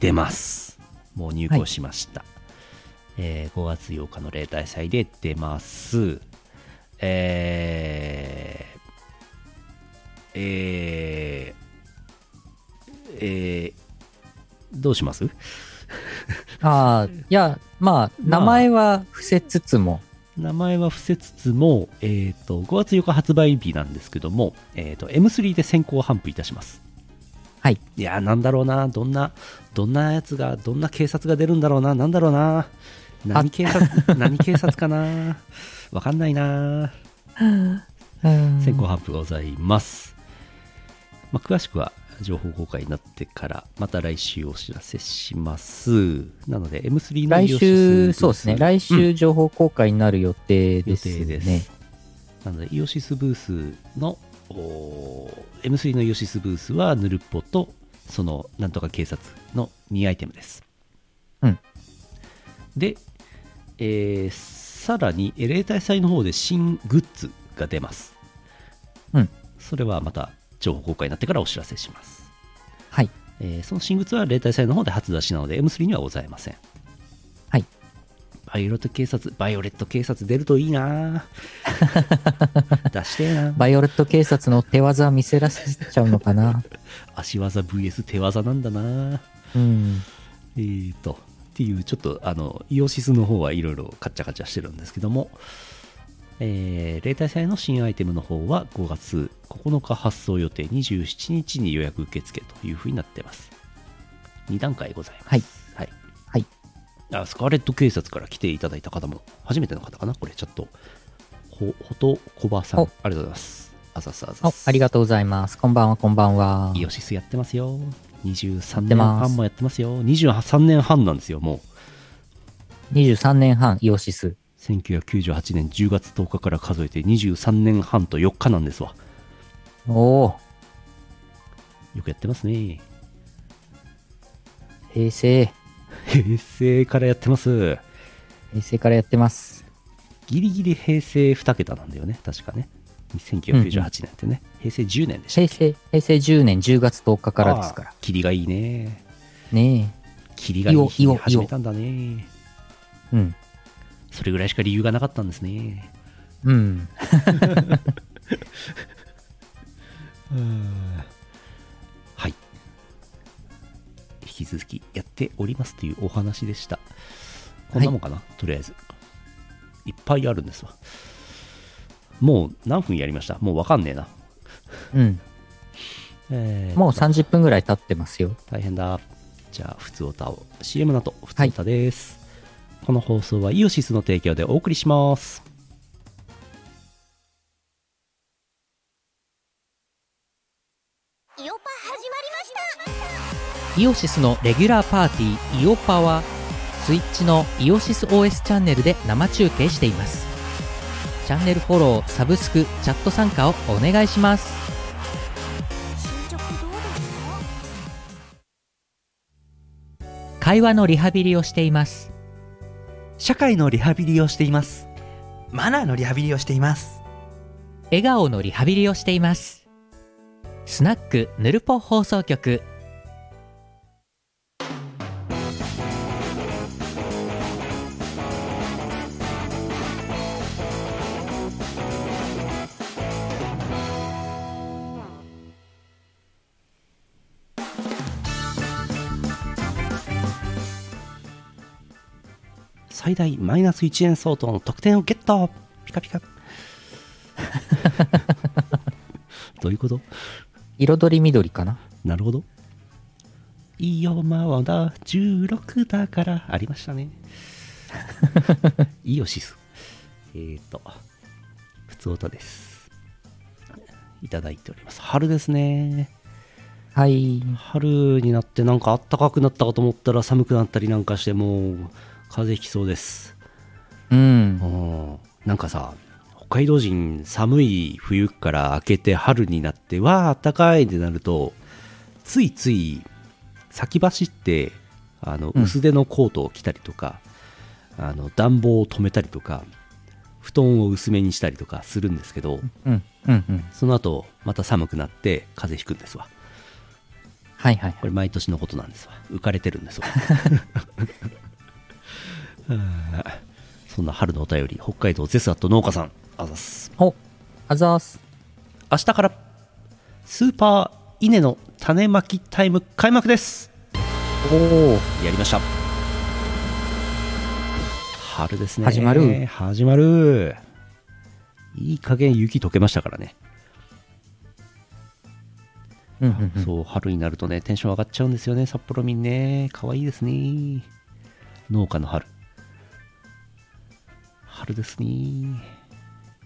[SPEAKER 2] 出ますもう入稿しました、えー5月8日の例大祭で出ますえーえーえーどうします
[SPEAKER 1] あ、ああ、いや、まあ、
[SPEAKER 2] まあ
[SPEAKER 1] 名前は伏せつつも、
[SPEAKER 2] 名前は伏せつつも、えー、と5月4日発売日なんですけども、えー、と M3 で先行販布いたします
[SPEAKER 1] はい。
[SPEAKER 2] いやーなんだろうなどんなどんなやつがどんな警察が出るんだろうななんだろうな何警察何警察かなわかんないな先行
[SPEAKER 1] は
[SPEAKER 2] 発布ございます、まあ詳しくは情報公開になってからまた来週お知らせしますなので M3 の
[SPEAKER 1] 来
[SPEAKER 2] イオシスブー
[SPEAKER 1] 週、
[SPEAKER 2] ス
[SPEAKER 1] そうですね、来週情報公開になる予定
[SPEAKER 2] 予
[SPEAKER 1] ですね。
[SPEAKER 2] 定です、なのでイオシスブースのおー M3 のイオシスブースはヌルポとそのなんとか警察の2アイテムです
[SPEAKER 1] うん
[SPEAKER 2] で、えーさらにえー例大祭の方で新グッズが出ます
[SPEAKER 1] うん
[SPEAKER 2] それはまた情報公開になってからお知らせします
[SPEAKER 1] はい。
[SPEAKER 2] えーその新グッズは例大祭の方で初出しなので M3 にはございません
[SPEAKER 1] はい
[SPEAKER 2] バイオレット警察バイオレット警察出るとい いなぁ出してえな
[SPEAKER 1] バイオレット警察の手技見せらせちゃうのかな。
[SPEAKER 2] 足技 VS 手技なんだなぁ
[SPEAKER 1] うん。
[SPEAKER 2] えーとっていうちょっとあのイオシスの方はいろいろカッチャカチャしてるんですけどもえー例大祭の新アイテムの方は5月9日発送予定27日に予約受付というふうになってます2段階ございます
[SPEAKER 1] はい、
[SPEAKER 2] はい
[SPEAKER 1] はい。
[SPEAKER 2] あスカーレット警察から来ていただいた方も初めての方かなこれちょっとほほとこばさんあ
[SPEAKER 1] お
[SPEAKER 2] りがとうございますあざすあざ
[SPEAKER 1] お
[SPEAKER 2] す
[SPEAKER 1] ありがとうございます。こんばんは、こんばんは。
[SPEAKER 2] イオシスやってますよ23
[SPEAKER 1] って
[SPEAKER 2] 年
[SPEAKER 1] ます
[SPEAKER 2] 半もやってますよ23年半なんですよもう
[SPEAKER 1] 23年半、イオシス。
[SPEAKER 2] 1998年10月10日から数えて23年半と4日なんですわ
[SPEAKER 1] おお、
[SPEAKER 2] よくやってますね
[SPEAKER 1] 平成。
[SPEAKER 2] 平成からやってます
[SPEAKER 1] 平成からやってます。
[SPEAKER 2] ギリギリ平成2桁なんだよね確かね1998年ってね、平成10年でした
[SPEAKER 1] 平成、平成10年10月10日からですから
[SPEAKER 2] あ。ー霧がいいね
[SPEAKER 1] ね
[SPEAKER 2] 霧がいい日に
[SPEAKER 1] いいよいい
[SPEAKER 2] 始
[SPEAKER 1] よ
[SPEAKER 2] めたんだね
[SPEAKER 1] え。うん。
[SPEAKER 2] それぐらいしか理由がなかったんですね
[SPEAKER 1] うん。
[SPEAKER 2] はい引き続きやっておりますというお話でしたこんなもんかな、とりあえずいっぱいあるんですわもう何分やりましたもうわかんねえな、
[SPEAKER 1] うん。
[SPEAKER 2] えー
[SPEAKER 1] もう30分ぐらい経ってますよ。
[SPEAKER 2] 大変だじゃあ普通歌を CM の後普通歌です、この放送はイオシスの提供でお送りします
[SPEAKER 3] イオパ始まりました
[SPEAKER 1] イオシスのレギュラーパーティー、イオパは、スイッチのイオシス OS チャンネルで生中継しています。チャンネルフォロー、サブスク、チャット参加をお願いします。
[SPEAKER 3] 進捗どうですか
[SPEAKER 1] 会話のリハビリをしています。
[SPEAKER 4] 社会のリハビリをしていますマナーのリハビリをしています
[SPEAKER 1] 笑顔のリハビリをしていますスナックぬるぽ放送局
[SPEAKER 2] 最大マイナス1円相当の得点をゲットピカピカどういうこと
[SPEAKER 1] 彩り緑かな
[SPEAKER 2] なるほど。イオマワだ16だからありましたね。イオシス。えっ、ー、と、普つおたです。いただいております。春ですね。
[SPEAKER 1] はい。
[SPEAKER 2] 春になってなんか暖かくなったかと思ったら寒くなったりなんかしてもう風邪ひきそうです。
[SPEAKER 1] うん
[SPEAKER 2] う。ん。なんかさ、北海道人寒い冬から明けて春になってわー暖かいってなるとついつい先走ってあの
[SPEAKER 1] うん
[SPEAKER 2] 薄手のコートを着たりとか、あの暖房を止めたりとか布団を薄めにしたりとかするんですけど
[SPEAKER 1] うん。うん。うん。
[SPEAKER 2] その後また寒くなって風邪ひくんですわ
[SPEAKER 1] はいはい
[SPEAKER 2] これ毎年のことなんですわ浮かれてるんで すわはあそんな春のお便り北海道ゼスアット農家さんあざっす
[SPEAKER 1] お、あざーす。
[SPEAKER 2] 明日からスーパー稲の種まきタイム開幕です
[SPEAKER 1] おお。
[SPEAKER 2] やりました春ですね
[SPEAKER 1] 始まる
[SPEAKER 2] 始まるいい加減雪溶けましたからね
[SPEAKER 1] うんうんうん。
[SPEAKER 2] そう春になるとねテンション上がっちゃうんですよね札幌民ね可愛いですね農家の春春ですね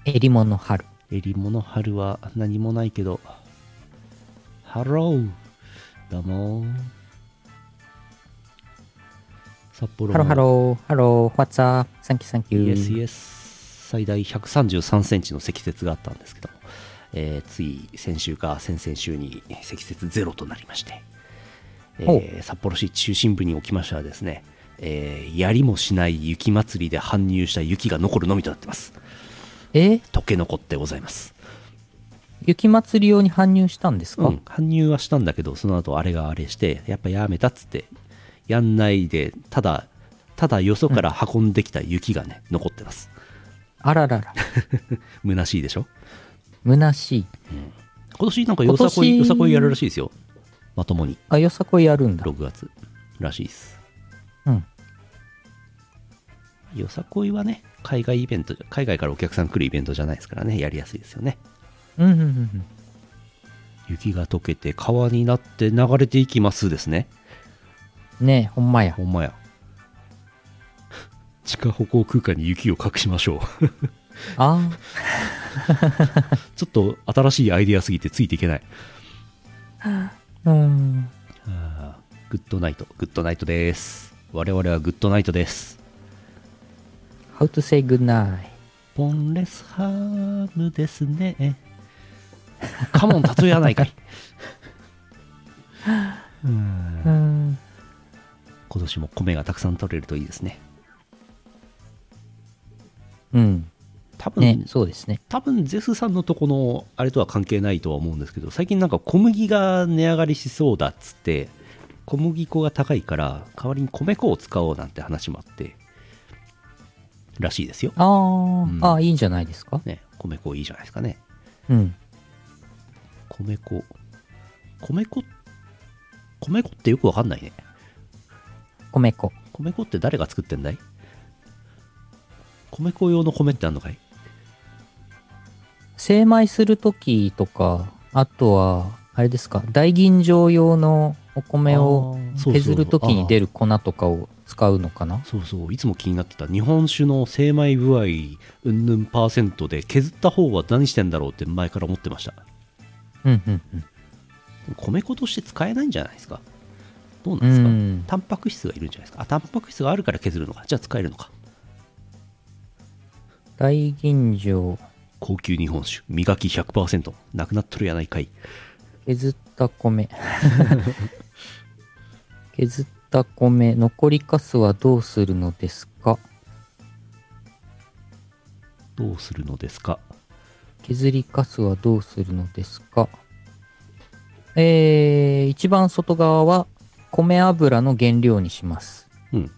[SPEAKER 1] えりもの春。
[SPEAKER 2] えりもの春は何もないけどハローどうも札幌
[SPEAKER 1] ハローハロー、ハロー、ホワッツアー、サンキューサンキュー。
[SPEAKER 2] イエスイエス最大133センチの積雪があったんですけども、えーつい先週か先々週に積雪ゼロとなりまして、えー
[SPEAKER 1] ほ
[SPEAKER 2] 札幌市中心部におきましてはですね、えーやりもしない雪祭りで搬入した雪が残るのみとなってます
[SPEAKER 1] え
[SPEAKER 2] 溶け残ってございます、
[SPEAKER 1] 雪祭り用に搬入したんですか、
[SPEAKER 2] うん、搬入はしたんだけどその後あれがあれしてやっぱやめたっつってやんないでただただよそから運んできた雪がね、残ってます
[SPEAKER 1] あららら。
[SPEAKER 2] 虚しいでしょ
[SPEAKER 1] 虚しい。
[SPEAKER 2] 今年なんかよさこい、
[SPEAKER 1] 今年
[SPEAKER 2] よさこいやるらしいですよ。まともに、
[SPEAKER 1] あ、よさこいやるんだ。
[SPEAKER 2] 6月らしいです。
[SPEAKER 1] うん。
[SPEAKER 2] よさこいはね、海外イベント、海外からお客さん来るイベントじゃないですからね、やりやすいですよね。
[SPEAKER 1] うんうんうんうん。
[SPEAKER 2] 雪が溶けて川になって流れていきますですね。
[SPEAKER 1] ねえ、ほんまや
[SPEAKER 2] ほ。んまや。 地下歩行空間に雪を隠しましょう。
[SPEAKER 1] ああ。
[SPEAKER 2] ちょっと新しいアイデアすぎてついていけない。
[SPEAKER 1] うん。
[SPEAKER 2] あーグッドナイト、グッドナイトです。我々はグッドナイトです。
[SPEAKER 1] How to say good night.
[SPEAKER 2] ボンレスハムですね。カモン、例えやないかい。 うん
[SPEAKER 1] うん。
[SPEAKER 2] 今年も米がたくさん取れるといいですね。
[SPEAKER 1] うん。
[SPEAKER 2] 多分、
[SPEAKER 1] ね、そうですね。
[SPEAKER 2] 多分ゼスさんのとこのあれとは関係ないとは思うんですけど、最近なんか小麦が値上がりしそうだっつって、小麦粉が高いから、代わりに米粉を使おうなんて話もあって、らしいですよ。
[SPEAKER 1] ああ、
[SPEAKER 2] ん
[SPEAKER 1] ああ、いいんじゃないですか
[SPEAKER 2] ね、米粉いいじゃないですかね。
[SPEAKER 1] うん。
[SPEAKER 2] 米粉米粉米粉ってよくわかんないね
[SPEAKER 1] 米粉。
[SPEAKER 2] 米粉って誰が作ってんだい米粉用の米ってあんのかい
[SPEAKER 1] 精米するときとか、あとは、あれですか、大吟醸用のお米を
[SPEAKER 2] あーそうそう
[SPEAKER 1] 削るときに出る粉とかを使うのかな
[SPEAKER 2] そうそういつも気になってた日本酒の精米具合うんぬんパーセントで削った方は何してんだろうって前から思ってました
[SPEAKER 1] うんうんうん。
[SPEAKER 2] 米粉として使えないんじゃないですかどうなん
[SPEAKER 1] う
[SPEAKER 2] ですか、
[SPEAKER 1] ん、
[SPEAKER 2] タンパク質がいるんじゃないですかあタンパク質があるから削るのかじゃあ使えるのか
[SPEAKER 1] 大吟醸
[SPEAKER 2] 高級日本酒磨き100%なくなっとるやないかい
[SPEAKER 1] 削った米削った米残りかすはどうするのですか
[SPEAKER 2] どうするのですか
[SPEAKER 1] 削りかすはどうするのですかえー、一番外側は米油の原料にします
[SPEAKER 2] うん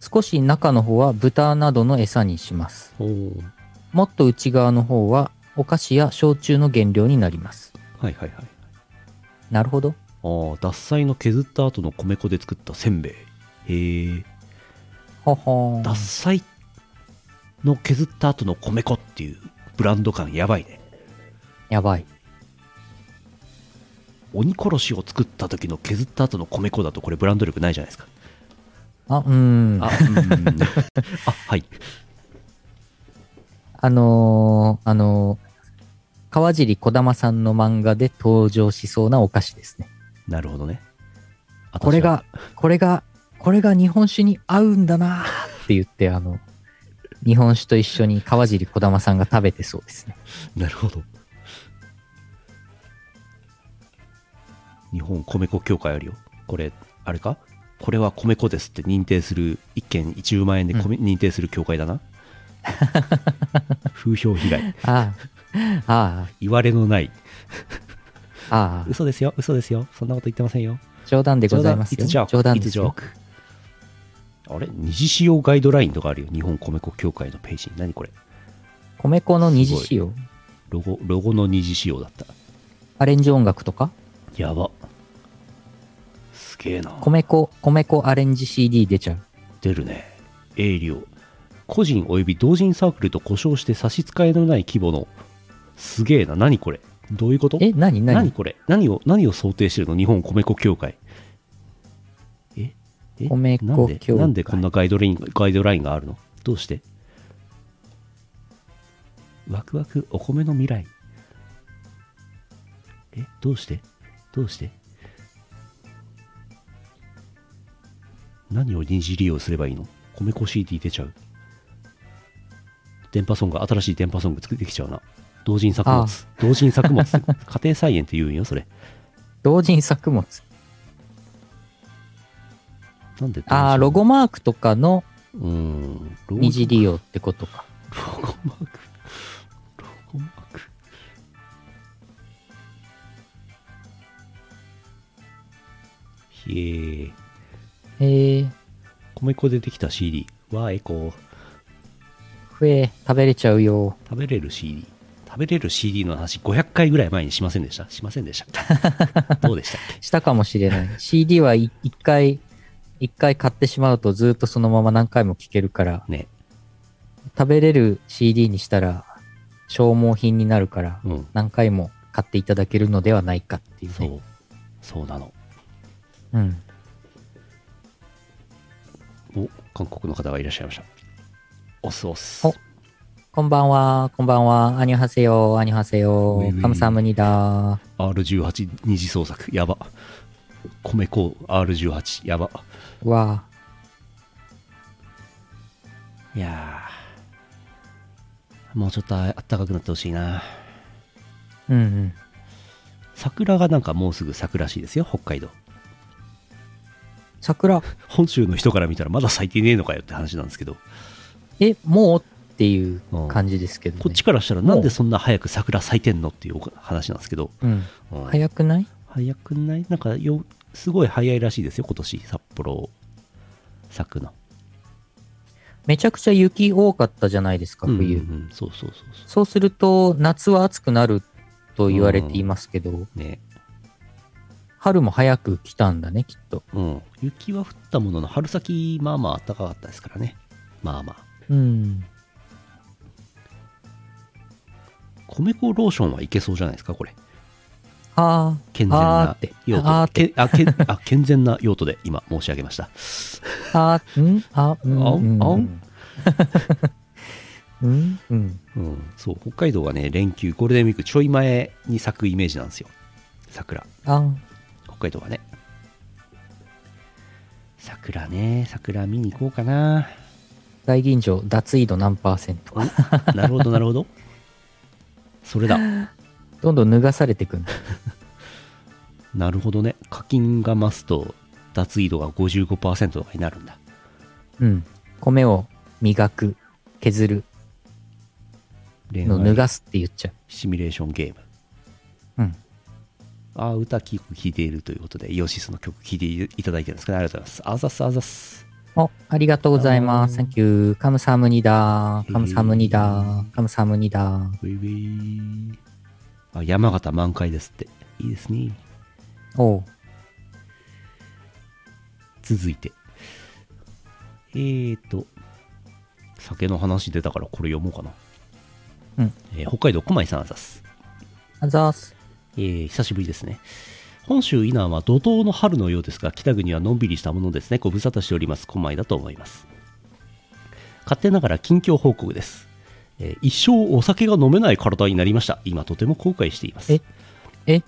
[SPEAKER 1] 少し中の方は豚などの餌にします
[SPEAKER 2] おー
[SPEAKER 1] もっと内側の方はお菓子や焼酎の原料になります
[SPEAKER 2] はいはいはい
[SPEAKER 1] なるほど
[SPEAKER 2] ああ、獺祭の削った後の米粉で作ったせんべい。へえ。
[SPEAKER 1] はは
[SPEAKER 2] 獺祭の削った後の米粉っていうブランド感やばいね。
[SPEAKER 1] やばい
[SPEAKER 2] 鬼殺しを作った時の削った後の米粉だとこれブランド力ないじゃないですか。
[SPEAKER 1] あうん
[SPEAKER 2] あ、うん。あ、はい。
[SPEAKER 1] あのーあのー川尻小玉さんの漫画で登場しそうなお菓子ですね。
[SPEAKER 2] なるほどね。私は
[SPEAKER 1] これが、これが、これが日本酒に合うんだなって言って、あの、日本酒と一緒に川尻小玉さんが食べてそうですね。
[SPEAKER 2] なるほど。日本米粉協会あるよ。これ、あれかこれは米粉ですって認定する、一件10万円で米、認定する協会だな。風評被害。
[SPEAKER 1] ああ、あ
[SPEAKER 2] 言われのない。
[SPEAKER 1] あ、ああ、
[SPEAKER 2] 嘘ですよ、嘘ですよ。そんなこと言ってませんよ。
[SPEAKER 1] 冗談でございますよ。
[SPEAKER 2] 冗談
[SPEAKER 1] 冗談
[SPEAKER 2] It's
[SPEAKER 1] です
[SPEAKER 2] joke.
[SPEAKER 1] よ。
[SPEAKER 2] あれ二次使用ガイドラインとかあるよ。日本米粉協会のページに。何これ
[SPEAKER 1] 米粉の二次使用、
[SPEAKER 2] ロゴ、ロゴの二次使用だった。
[SPEAKER 1] アレンジ音楽とか、
[SPEAKER 2] やば。すげえな。
[SPEAKER 1] 米粉、米粉アレンジ CD 出ちゃう。
[SPEAKER 2] 出るね営業個人及び同人サークルと故障して差し支えのない規模のすげえな何これどういうこと
[SPEAKER 1] え、なにな
[SPEAKER 2] 何
[SPEAKER 1] に
[SPEAKER 2] これ何を何を想定してるの日本米粉協会ええ
[SPEAKER 1] 米粉
[SPEAKER 2] なんで
[SPEAKER 1] 協会
[SPEAKER 2] なんでこんなガイドラインガイドラインがあるのどうしてワクワクお米の未来えどうしてどうして何を二次利用すればいいの米粉 CD 出ちゃう電波ソング新しい電波ソング作ってきちゃうな同人作
[SPEAKER 1] あ
[SPEAKER 2] 物
[SPEAKER 1] あ
[SPEAKER 2] 同人作物 家庭菜園って言うんよそれ
[SPEAKER 1] 同人作物。
[SPEAKER 2] なんで同人
[SPEAKER 1] ああ、ロゴマークとかの
[SPEAKER 2] うーんロゴ
[SPEAKER 1] 二次利用ってことか。
[SPEAKER 2] ロゴマークロゴマークひえー
[SPEAKER 1] へえ、
[SPEAKER 2] 米粉でできた CD はエコー
[SPEAKER 1] ふえ、食べれちゃうよ。
[SPEAKER 2] 食べれる CD 食べれる CD の話500回ぐらい前にしませんでしたしませんでしたどうでしたっ け
[SPEAKER 1] したかもしれない。CD は一一回、一回買ってしまうとずっとそのまま何回も聴けるから、
[SPEAKER 2] ね
[SPEAKER 1] 食べれる CD にしたら消耗品になるから、
[SPEAKER 2] うん
[SPEAKER 1] 何回も買っていただけるのではないかっていうね。
[SPEAKER 2] そうそうなの
[SPEAKER 1] うん。
[SPEAKER 2] お韓国の方がいらっしゃいましたおすおす
[SPEAKER 1] おこんばんは、こんばんは、アニョハセヨ、アニョハセ
[SPEAKER 2] ウィ
[SPEAKER 1] ヨ
[SPEAKER 2] ウィ、
[SPEAKER 1] カムサムニダ
[SPEAKER 2] R18 二次創作やば米粉 R18 やば
[SPEAKER 1] ー。わあ、
[SPEAKER 2] いやーもうちょっとあったかくなってほしいな
[SPEAKER 1] うんうん。
[SPEAKER 2] 桜がなんかもうすぐ咲くらしいですよ北海道
[SPEAKER 1] 桜、
[SPEAKER 2] 本州の人から見たらまだ咲いてねえのかよって話なんですけど
[SPEAKER 1] え、もうっていう感じですけど、ね
[SPEAKER 2] こっちからしたらなんでそんな早く桜咲いてんのっていう話なんですけど、
[SPEAKER 1] うん。
[SPEAKER 2] うん
[SPEAKER 1] 早くない
[SPEAKER 2] 早くないなんかよすごい早いらしいですよ今年札幌咲くの
[SPEAKER 1] めちゃくちゃ雪多かったじゃないですか、冬。
[SPEAKER 2] うんうんうんそうそうそうそ
[SPEAKER 1] そうすると、夏は暑くなると言われていますけど、
[SPEAKER 2] うね
[SPEAKER 1] 春も早く来たんだね、きっと。
[SPEAKER 2] うん雪は降ったものの春先まあまあ暖かかったですからねまあまあ
[SPEAKER 1] うん。
[SPEAKER 2] 米粉ローションはいけそうじゃないですかこれ
[SPEAKER 1] あ
[SPEAKER 2] 健全
[SPEAKER 1] あー
[SPEAKER 2] な
[SPEAKER 1] って
[SPEAKER 2] 用
[SPEAKER 1] あーっ
[SPEAKER 2] 途
[SPEAKER 1] て
[SPEAKER 2] けあけあ健全な用途で今申し上げました
[SPEAKER 1] あ、あー、んあ、うん。う
[SPEAKER 2] あん
[SPEAKER 1] ん
[SPEAKER 2] あん
[SPEAKER 1] うん、うん。
[SPEAKER 2] うんそう北海道はね連休ゴールデンウィークちょい前に咲くイメージなんですよ桜
[SPEAKER 1] あん。
[SPEAKER 2] 北海道はね桜ね桜見に行こうかな
[SPEAKER 1] 大吟醸、脱衣度何パーセント
[SPEAKER 2] なるほどなるほどそれだ
[SPEAKER 1] どんどん脱がされてくんだ。
[SPEAKER 2] なるほどね課金が増すと脱衣度が55%とかになるんだ
[SPEAKER 1] うん。米を磨く、削る
[SPEAKER 2] 恋
[SPEAKER 1] の脱
[SPEAKER 2] 愛
[SPEAKER 1] がすって言っちゃ
[SPEAKER 2] シミュレーションゲーム
[SPEAKER 1] う。うん。
[SPEAKER 2] あー歌聴いているということでイオシスの曲聴いていただいてるんですかねありがとうございますあざすあざす
[SPEAKER 1] お、ありがとうございます。
[SPEAKER 2] あー
[SPEAKER 1] Thank you. カムサムニダー。カムサムニダー。カムサムニダー。
[SPEAKER 2] ウェイウェイあ山形満開ですっていいですね
[SPEAKER 1] おう。
[SPEAKER 2] 続いてえーと酒の話出たからこれ読もうかな
[SPEAKER 1] うん、
[SPEAKER 2] えー北海道小井さんあざす
[SPEAKER 1] あざーす。
[SPEAKER 2] えー久しぶりですね本州以南は怒涛の春のようですが北国はのんびりしたものですねご無沙汰しております狛江だと思います勝手ながら近況報告ですえー一生お酒が飲めない体になりました今とても後悔しています
[SPEAKER 1] ええ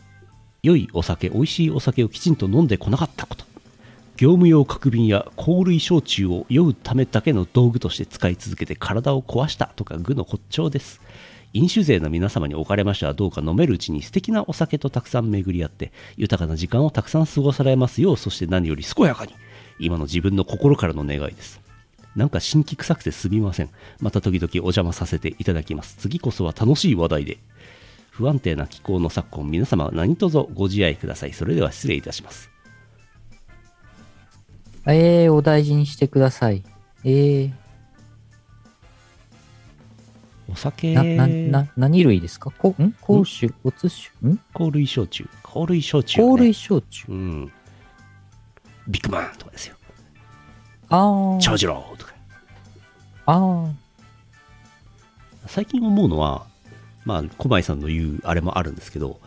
[SPEAKER 2] 良いお酒美味しいお酒をきちんと飲んでこなかったこと業務用角瓶や香類焼酎を酔うためだけの道具として使い続けて体を壊したとか愚の骨頂です飲酒税の皆様におかれましてはどうか飲めるうちに素敵なお酒とたくさん巡り合って豊かな時間をたくさん過ごされますようそして何より健やかに今の自分の心からの願いですなんか新規臭くてすみませんまた時々お邪魔させていただきます次こそは楽しい話題で不安定な気候の昨今皆様何卒ご自愛くださいそれでは失礼いたします
[SPEAKER 1] えー、お大事にしてください。えー、
[SPEAKER 2] お酒
[SPEAKER 1] な、な、な、何類ですかこん甲酒、乙酒、ん
[SPEAKER 2] 香類焼酎香類焼酎、ね、
[SPEAKER 1] 甲類焼酎。
[SPEAKER 2] うんビッグマンとかですよ
[SPEAKER 1] ああ。
[SPEAKER 2] 長次郎とか
[SPEAKER 1] ああ。
[SPEAKER 2] 最近思うのはまあ小前さんの言うあれもあるんですけど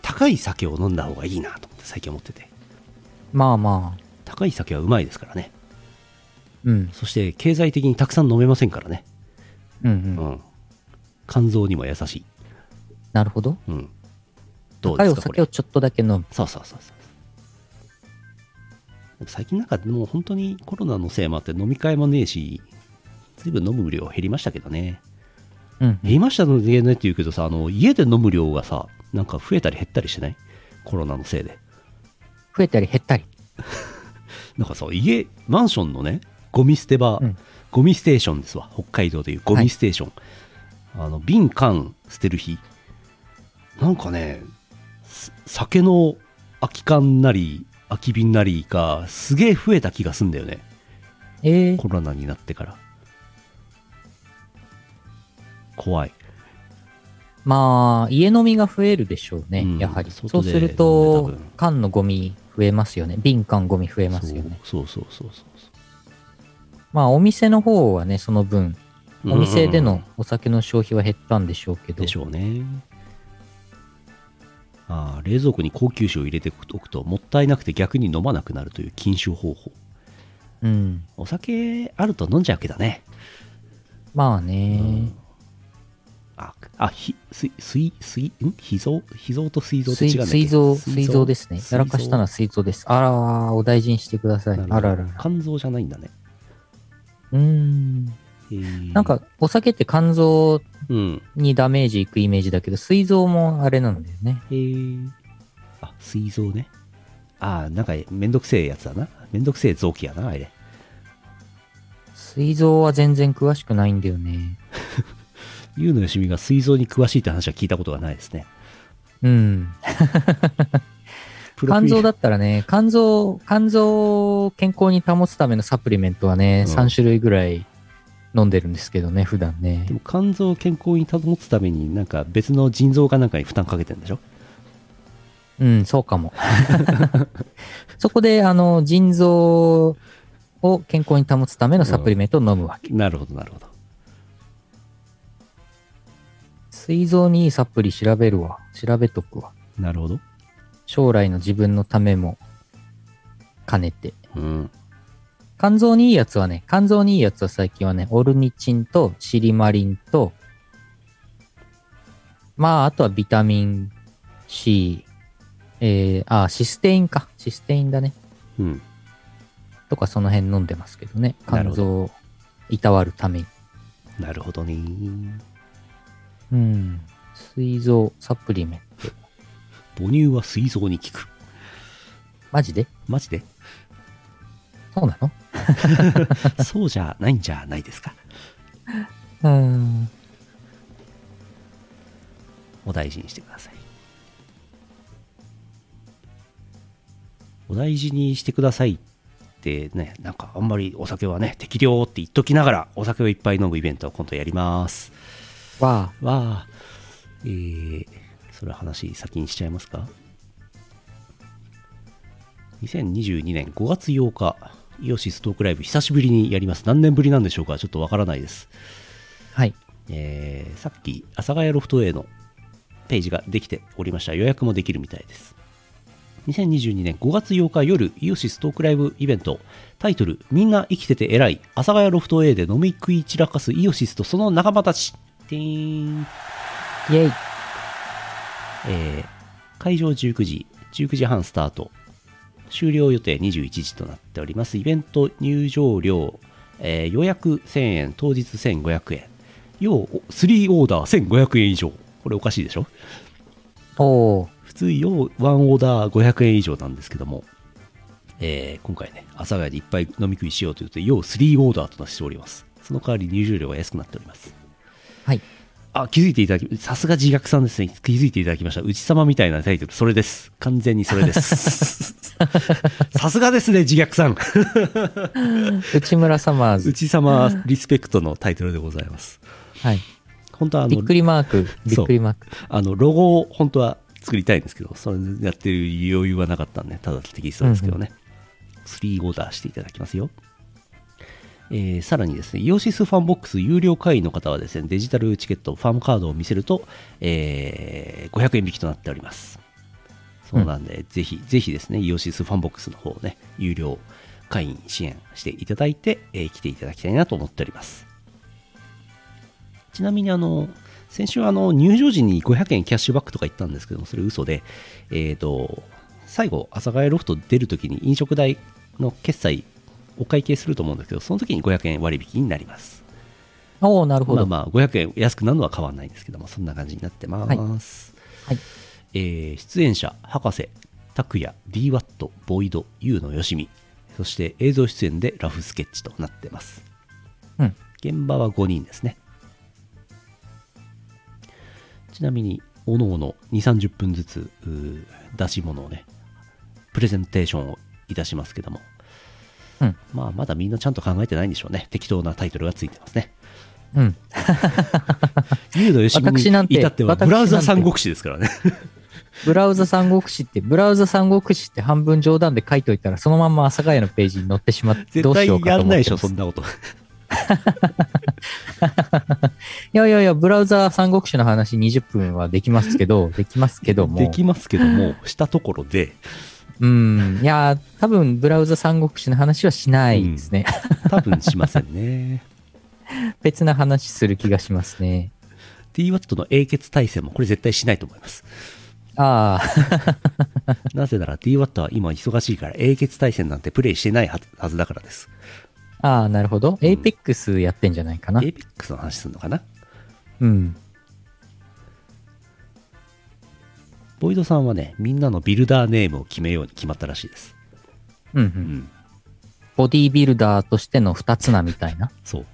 [SPEAKER 2] 高い酒を飲んだ方がいいなと思って最近思ってて
[SPEAKER 1] まあまあ。
[SPEAKER 2] 高い酒はうまいですからね
[SPEAKER 1] うん、
[SPEAKER 2] そして経済的にたくさん飲めませんからね
[SPEAKER 1] うん、
[SPEAKER 2] う
[SPEAKER 1] うん。
[SPEAKER 2] ん肝臓にも優しい
[SPEAKER 1] なるほど。
[SPEAKER 2] うんどう
[SPEAKER 1] 高
[SPEAKER 2] で
[SPEAKER 1] い
[SPEAKER 2] す
[SPEAKER 1] お
[SPEAKER 2] かこ
[SPEAKER 1] 酒
[SPEAKER 2] れ
[SPEAKER 1] をちょっとだけ飲む。
[SPEAKER 2] そうそうそうそうでも最近なんかもう本当にコロナのせいもあって飲み会もねえし随分飲む量減りましたけどね
[SPEAKER 1] うん。
[SPEAKER 2] 減りましたのでねって言うけどさあの家で飲む量がさなんか増えたり減ったりしてないコロナのせいで
[SPEAKER 1] 増えたり減ったり。
[SPEAKER 2] なんかさ家マンションのねゴミ捨て場、
[SPEAKER 1] うん
[SPEAKER 2] ゴミステーションですわ北海道でいうゴミステーション、あの瓶缶捨てる日なんかねす酒の空き缶なり空き瓶なりがすげえ増えた気がすんだよね
[SPEAKER 1] えー、
[SPEAKER 2] コロナになってから怖い
[SPEAKER 1] まあ、家飲みが増えるでしょうね、
[SPEAKER 2] うん
[SPEAKER 1] やはり。そ
[SPEAKER 2] 外
[SPEAKER 1] う
[SPEAKER 2] です
[SPEAKER 1] る
[SPEAKER 2] 飲ん
[SPEAKER 1] と
[SPEAKER 2] でた分、
[SPEAKER 1] 缶のゴミ増えますよね。瓶缶ゴミ増えますよね。
[SPEAKER 2] そうそうそうそうそう
[SPEAKER 1] まあ、お店の方はね、その分、
[SPEAKER 2] そう
[SPEAKER 1] お店で
[SPEAKER 2] うん
[SPEAKER 1] のお酒の消費は減ったんでしょうけど。
[SPEAKER 2] でしょうねあー冷蔵庫に高級酒を入れておくともったいなくて逆に飲まなくなるという禁酒方法
[SPEAKER 1] うん。
[SPEAKER 2] お酒あると飲んじゃうわけだね
[SPEAKER 1] まあね、
[SPEAKER 2] ああひ水水水ん脾臓脾臓と膵臓って
[SPEAKER 1] 水
[SPEAKER 2] 違うんだっけ
[SPEAKER 1] 水臓、水臓ですね。
[SPEAKER 2] 膵臓
[SPEAKER 1] やらかしたのは水臓です。あらー、お大事にしてください。
[SPEAKER 2] なるほど
[SPEAKER 1] あららら。
[SPEAKER 2] 肝臓じゃないんだね
[SPEAKER 1] うーん。
[SPEAKER 2] へー
[SPEAKER 1] なんか、お酒って肝臓
[SPEAKER 2] うん
[SPEAKER 1] にダメージいくイメージだけど、膵臓もあれなんだよね。
[SPEAKER 2] へーあ膵臓ねあーなんかめんどくせえやつだなめんどくせえ臓器やなあれ
[SPEAKER 1] 膵臓は全然詳しくないんだよね。
[SPEAKER 2] ゆうのよしみが膵臓に詳しいって話は聞いたことがないですね
[SPEAKER 1] うん。
[SPEAKER 2] プロフ
[SPEAKER 1] 肝
[SPEAKER 2] ィール
[SPEAKER 1] 臓だったらね、肝臓、肝臓を健康に保つためのサプリメントはね、
[SPEAKER 2] うん
[SPEAKER 1] 3種類ぐらい飲んでるんですけどね、普段ね
[SPEAKER 2] で。も肝臓を健康に保つためになんか別の腎臓かなんかに負担かけてんでしょ
[SPEAKER 1] うん、そうかも。 そこで、あの、腎臓を健康に保つためのサプリメントを飲むわけ。
[SPEAKER 2] なるほどなるほど
[SPEAKER 1] 膵臓にいいサプリ調べるわ。調べとくわ。
[SPEAKER 2] なるほど
[SPEAKER 1] 将来の自分のためも兼ねて。
[SPEAKER 2] うん
[SPEAKER 1] 肝臓にいいやつはね、肝臓にいいやつは最近はね、オルニチンとシリマリンと、まあ、あとはビタミン C、えー、あ、システインか。システインだね。
[SPEAKER 2] うん
[SPEAKER 1] とかその辺飲んでますけどね。
[SPEAKER 2] な
[SPEAKER 1] 肝
[SPEAKER 2] るほ
[SPEAKER 1] 臓をいたわるために。
[SPEAKER 2] なるほどね
[SPEAKER 1] うん。膵臓サプリメント。
[SPEAKER 2] 母乳は膵臓に効く
[SPEAKER 1] マジで
[SPEAKER 2] マ ジで
[SPEAKER 1] そうなの
[SPEAKER 2] そうじゃないんじゃないですか
[SPEAKER 1] うん。
[SPEAKER 2] お大事にしてくださいお大事にしてくださいってねなんかあんまりお酒はね適量って言っときながらお酒をいっぱい飲むイベントを今度やります
[SPEAKER 1] わあ、
[SPEAKER 2] は、えー、それは話先にしちゃいますか2022年5月8日イオシストークライブ久しぶりにやります何年ぶりなんでしょうかちょっとわからないです、
[SPEAKER 1] はい。
[SPEAKER 2] えーさっき阿佐ヶ谷ロフト A のページができておりました予約もできるみたいです2022年5月8日夜イオシストークライブイベントタイトル「みんな生きてて偉い阿佐ヶ谷ロフト A で飲み食い散らかすイオシスとその仲間たち」ティーン。
[SPEAKER 1] イェイ。
[SPEAKER 2] えー会場19時、19時半スタート。終了予定21時となっております。イベント入場料、えー予約1000円、当日1500円。要、3オーダー1500円以上。これおかしいでしょ
[SPEAKER 1] おー。
[SPEAKER 2] 普通要ワンオーダー500円以上なんですけども、えー今回ね阿佐ヶ谷でいっぱい飲み食いしようということで要3オーダーとしておりますその代わり入場料が安くなっております
[SPEAKER 1] はい。
[SPEAKER 2] あ気づいていただきさすが自虐さんですね気づいていただきました「うち様」みたいなタイトルそれです完全にそれです さすがですね自虐さん
[SPEAKER 1] 内村サマー
[SPEAKER 2] う
[SPEAKER 1] ズ。
[SPEAKER 2] ち様リスペクトのタイトルでございます
[SPEAKER 1] はい。
[SPEAKER 2] 本当はあ
[SPEAKER 1] びっ
[SPEAKER 2] の
[SPEAKER 1] くりマーク。びっくりマーク。
[SPEAKER 2] あのロゴを本当は作りたいんですけどそれやってる余裕はなかったんでただテキストですけどね、3オーダーしていただきますよえーさらにですね、イオシスファンボックス有料会員の方はですね、デジタルチケット、ファンカードを見せると、えー500円引きとなっております。そうなんで、ぜひ、ぜひですね、イオシスファンボックスの方をね、有料会員支援していただいて、えー来ていただきたいなと思っております。ちなみに、あの、先週、あの、入場時に500円キャッシュバックとか言ったんですけども、それ嘘で、えっ、と、最後、阿佐ヶ谷ロフト出るときに飲食代の決済お会計すると思うんですけど、その時に500円割引になります。
[SPEAKER 1] おー、なるほ
[SPEAKER 2] まあ
[SPEAKER 1] ど。
[SPEAKER 2] まあ、500円安くなるのは変わらないんですけども、そんな感じになってます。
[SPEAKER 1] はいはい
[SPEAKER 2] えー出演者、博士、拓也、DWAT、ボイド、ユウのよしみ、そして映像出演でラフスケッチとなってます。
[SPEAKER 1] うん。
[SPEAKER 2] 現場は5人ですね。ちなみに、おのおの2、30分ずつうー出し物をね、プレゼンテーションをいたしますけども、
[SPEAKER 1] うん
[SPEAKER 2] まあ、まだみんなちゃんと考えてないんでしょうね。適当なタイトルがついてますね。
[SPEAKER 1] うん。
[SPEAKER 2] ユウのよしみに
[SPEAKER 1] 私なんて
[SPEAKER 2] 至っては
[SPEAKER 1] 私なん
[SPEAKER 2] ブ
[SPEAKER 1] て
[SPEAKER 2] ラウザ三国志ですからね。
[SPEAKER 1] ブラウザ三国志って、ブラウザ三国志って半分冗談で書いといたら、そのまんま阿佐ヶ谷のページに載ってしまって、ど
[SPEAKER 2] 絶
[SPEAKER 1] うし
[SPEAKER 2] 対
[SPEAKER 1] ようか
[SPEAKER 2] や
[SPEAKER 1] と
[SPEAKER 2] ん
[SPEAKER 1] 思
[SPEAKER 2] な
[SPEAKER 1] っ
[SPEAKER 2] い
[SPEAKER 1] て
[SPEAKER 2] でしょ、
[SPEAKER 1] ます
[SPEAKER 2] そんなこと。
[SPEAKER 1] いやいやいや、ブラウザ三国志の話20分はできますけど、できますけども。
[SPEAKER 2] できますけども、したところで、
[SPEAKER 1] うん。いやー、多分ブラウザ三国志の話はしないですね。
[SPEAKER 2] 多分しませ んね。
[SPEAKER 1] 別な話する気がしますね。
[SPEAKER 2] DWAT の英傑対戦もこれ絶対しないと思います。
[SPEAKER 1] ああ、
[SPEAKER 2] なぜなら DWAT は今忙しいから英傑対戦なんてプレイしてないはずはずだからです。
[SPEAKER 1] ああ、なるほど。エイペックスやってんじゃないかな。
[SPEAKER 2] APEX の話するのかな
[SPEAKER 1] うん。
[SPEAKER 2] ボイドさんはね、みんなのビルダーネームを決めように決まったらしいです。
[SPEAKER 1] うんう。
[SPEAKER 2] うんん。
[SPEAKER 1] ボディービルダーとしての二つ名みたいな。
[SPEAKER 2] そう。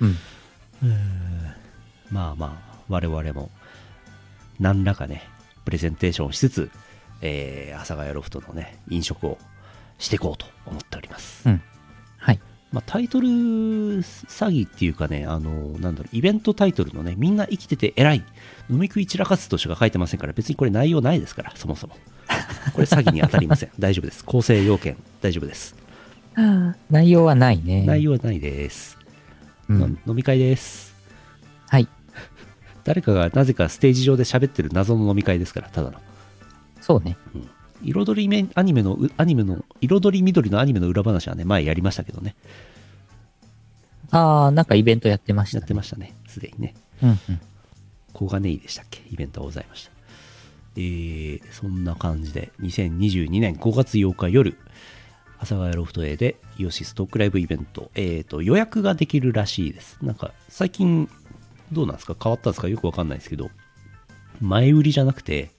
[SPEAKER 1] うん。
[SPEAKER 2] まあまあ、我々も、何らかね、プレゼンテーションをしつつ、えー、阿佐ヶ谷ロフトのね、飲食をしていこうと思っております。
[SPEAKER 1] うん。はい。
[SPEAKER 2] まあ、タイトル詐欺っていうかね、あの、なんだろう、イベントタイトルのね、みんな生きてて偉い、飲み食い散らかすとしか書いてませんから、別にこれ内容ないですから、そもそも。これ詐欺に当たりま せん。大丈夫です。構成要件、大丈夫です。
[SPEAKER 1] 内容はないね。
[SPEAKER 2] 内容はないです。
[SPEAKER 1] う
[SPEAKER 2] の
[SPEAKER 1] ん。
[SPEAKER 2] 飲み会です。
[SPEAKER 1] はい。
[SPEAKER 2] 誰かがなぜかステージ上で喋ってる謎の飲み会ですから、ただの。
[SPEAKER 1] そうね。
[SPEAKER 2] 彩りめアニメの、うアニメの、彩り緑のアニメの裏話はね、前やりましたけどね。
[SPEAKER 1] ああ、なんかイベントやってました、
[SPEAKER 2] やってま
[SPEAKER 1] し
[SPEAKER 2] したね、すでにね。
[SPEAKER 1] た。うんうん。
[SPEAKER 2] 小金井でしたっけイベントはございました。えー、そんな感じで、2022年5月8日夜、阿佐ヶ谷ロフト A でイオシストークライブイベント、えーと、予約ができるらしいです。なんか、最近、どうなんですか変わったんですかよくわかんないですけど、前売りじゃなくて、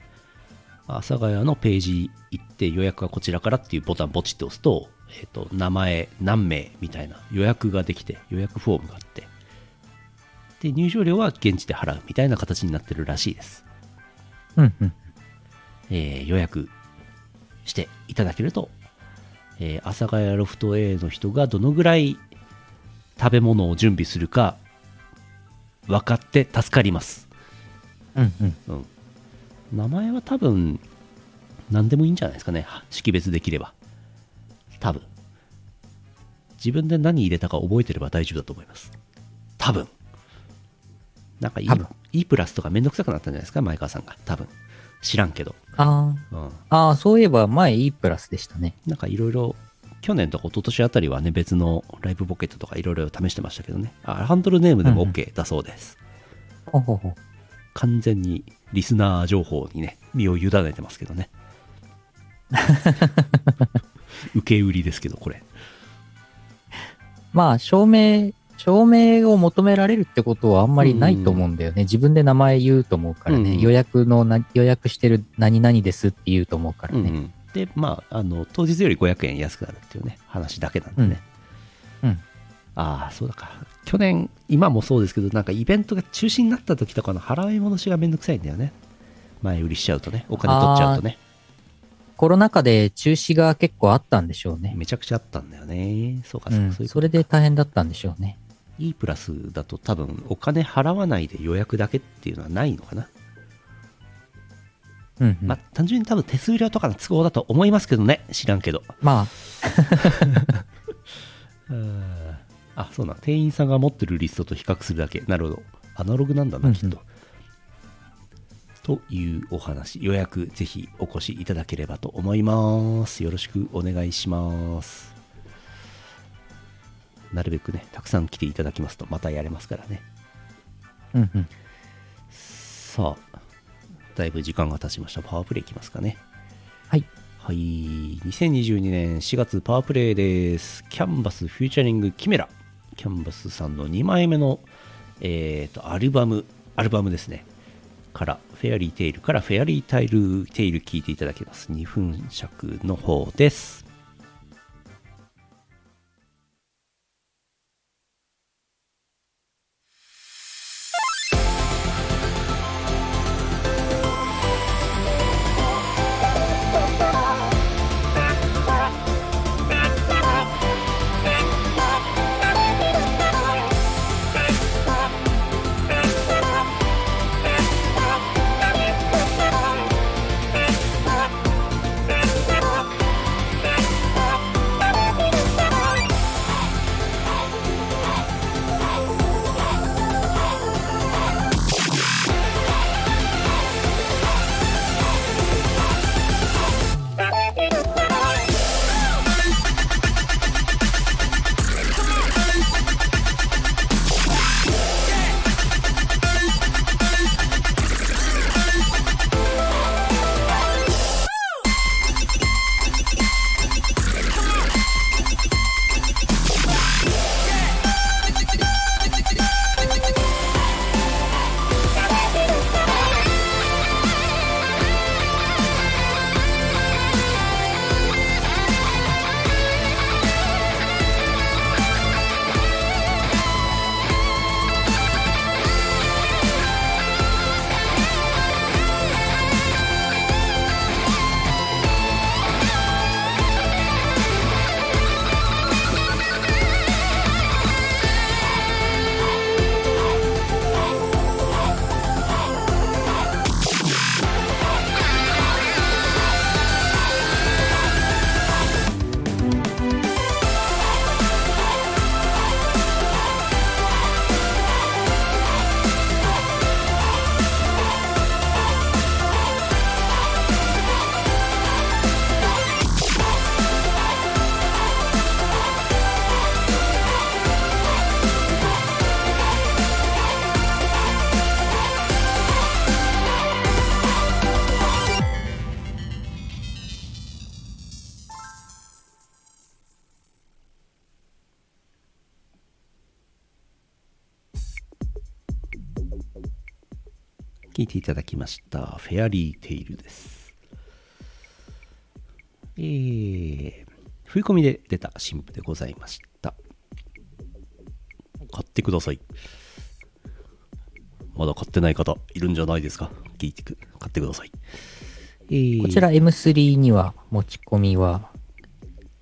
[SPEAKER 2] 阿佐ヶ谷のページ行って予約はこちらからっていうボタンポチって押すと、えっ、と、名前、何名みたいな予約ができて、予約フォームがあって、で、入場料は現地で払うみたいな形になってるらしいです。
[SPEAKER 1] うんうん。
[SPEAKER 2] えー予約していただけると、えー、阿佐ヶ谷ロフト A の人がどのぐらい食べ物を準備するか分かって助かります。
[SPEAKER 1] うんうん。
[SPEAKER 2] うん。名前は多分、何でもいいんじゃないですかね。識別できれば。多分。自分で何入れたか覚えてれば大丈夫だと思います。多分。なんかいい
[SPEAKER 1] 多分、
[SPEAKER 2] いいプラスとかめんどくさくなったんじゃないですか、前川さんが。多分。知らんけど。
[SPEAKER 1] あ
[SPEAKER 2] うん。
[SPEAKER 1] あ、ああ、そういえば前 E プラスでしたね。
[SPEAKER 2] なんかいろいろ、去年とか一昨年あたりはね、別のライブポケットとかいろいろ試してましたけどね。あハンドルネームでも
[SPEAKER 1] うんうん
[SPEAKER 2] OK だそうです。
[SPEAKER 1] ほうほうほう
[SPEAKER 2] 完全にリスナー情報にね身を委ねてますけど ね受け売りですけどこれ
[SPEAKER 1] まあ、証明、証明を求められるってことはあんまりないと思うんだよね。自分で名前言うと思うからね。
[SPEAKER 2] うん
[SPEAKER 1] 予約のな、予約してる何々ですって言うと思うから
[SPEAKER 2] うん
[SPEAKER 1] ね。
[SPEAKER 2] うんでまああの当日より500円安くなるっていうね話だけなんでね、
[SPEAKER 1] うんうん
[SPEAKER 2] ああそうだか去年今もそうですけどなんかイベントが中止になった時とかの払い戻しがめんどくさいんだよね前売りしちゃうとねお金取っちゃうとね
[SPEAKER 1] コロナ禍で中止が結構あったんでしょうね。
[SPEAKER 2] めちゃくちゃあったんだよねそうか
[SPEAKER 1] う
[SPEAKER 2] そうか、
[SPEAKER 1] ん、
[SPEAKER 2] そういう
[SPEAKER 1] それで大変だったんでしょうね。
[SPEAKER 2] E プラスだと多分お金払わないで予約だけっていうのはないのかな、
[SPEAKER 1] うん、うん
[SPEAKER 2] まあ単純に多分手数料とかの都合だと思いますけどね知らんけど
[SPEAKER 1] まあ、
[SPEAKER 2] あそうなん店員さんが持ってるリストと比較するだけなるほどアナログなんだな、
[SPEAKER 1] うんうん
[SPEAKER 2] きっとというお話予約ぜひお越しいただければと思いますよろしくお願いしますなるべくねたくさん来ていただきますとまたやれますからね
[SPEAKER 1] うんうん。
[SPEAKER 2] さあだいぶ時間が経ちましたパワープレイいきますかね
[SPEAKER 1] はい
[SPEAKER 2] はい2022年4月パワープレイですキャンバスフューチャリングキメラキャンバスさんの2枚目のえーとアルバムアルバムですねからフェアリーテイルからフェアリータイルテイル聞いていただけます2分尺の方です聞いていただきましたフェアリーテイルですえー、振り込みで出た新婦でございました買ってくださいまだ買ってない方いるんじゃないですか聞いてく買ってください、えー
[SPEAKER 1] こちら M3 には持ち込みは、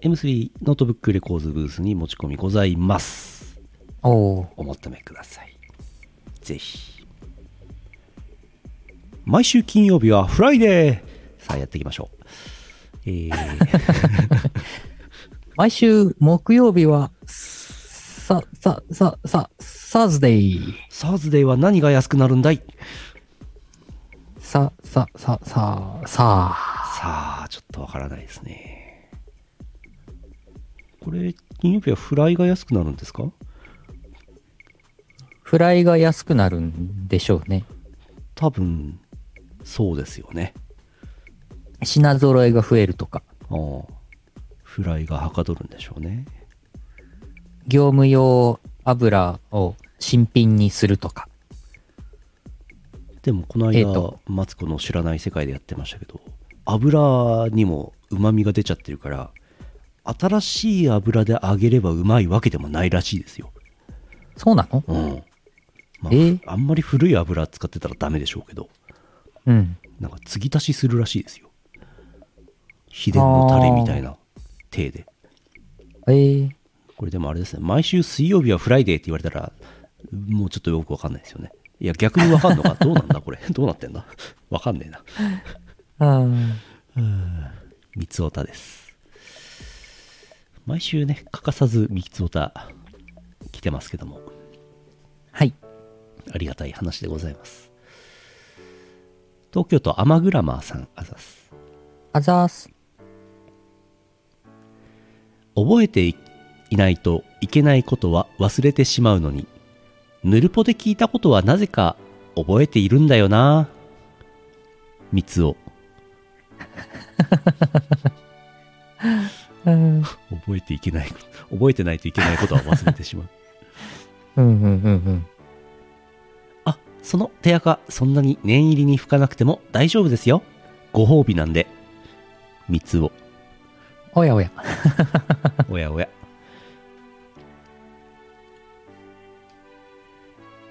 [SPEAKER 2] M3 ノートブックレコーズブースに持ち込みございます
[SPEAKER 1] おー
[SPEAKER 2] お求めくださいぜひ毎週金曜日はフライデーさあやっていきましょうえー
[SPEAKER 1] 毎週木曜日は、さ、さ、さ、さ、サーズデイ。
[SPEAKER 2] サーズデーは何が安くなるんだい
[SPEAKER 1] さ、さ、さ、さ、さあ。
[SPEAKER 2] さあちょっとわからないですねこれ金曜日はフライが安くなるんですか
[SPEAKER 1] フライが安くなるんでしょうね。
[SPEAKER 2] 多分そうですよね
[SPEAKER 1] 品揃えが増えるとか、
[SPEAKER 2] ああフライがはかどるんでしょうね
[SPEAKER 1] 業務用油を新品にするとか。
[SPEAKER 2] でもこの
[SPEAKER 1] えー
[SPEAKER 2] 間
[SPEAKER 1] と
[SPEAKER 2] マツコの知らない世界でやってましたけど油にもうまみが出ちゃってるから新しい油で揚げればうまいわけでもないらしいですよ
[SPEAKER 1] そうなの
[SPEAKER 2] うんまあ
[SPEAKER 1] えー
[SPEAKER 2] あんまり古い油使ってたらダメでしょうけど
[SPEAKER 1] うん。
[SPEAKER 2] なんか継ぎ足しするらしいですよ秘伝のタレみたいな体で
[SPEAKER 1] えー、
[SPEAKER 2] これでもあれですね毎週水曜日はフライデーって言われたらもうちょっとよくわかんないですよねいや逆にわかんのかどうなんだこれ どうなってんだわかんねえな
[SPEAKER 1] あ
[SPEAKER 2] 三つおたです毎週ね欠かさず三つおた来てますけども
[SPEAKER 1] はい。
[SPEAKER 2] ありがたい話でございます東京都アマグラマーさんあざす
[SPEAKER 1] あざーす。
[SPEAKER 2] 覚えていないといけないことは忘れてしまうのにヌルポで聞いたことはなぜか覚えているんだよな三つを
[SPEAKER 1] うん。
[SPEAKER 2] 覚えていけない覚えてないといけないことは忘れてしま
[SPEAKER 1] う
[SPEAKER 2] う
[SPEAKER 1] んうんうんうん。
[SPEAKER 2] あその手垢そんなに念入りに拭かなくても大丈夫ですよご褒美なんで三つを
[SPEAKER 1] おやおや。
[SPEAKER 2] おや おや。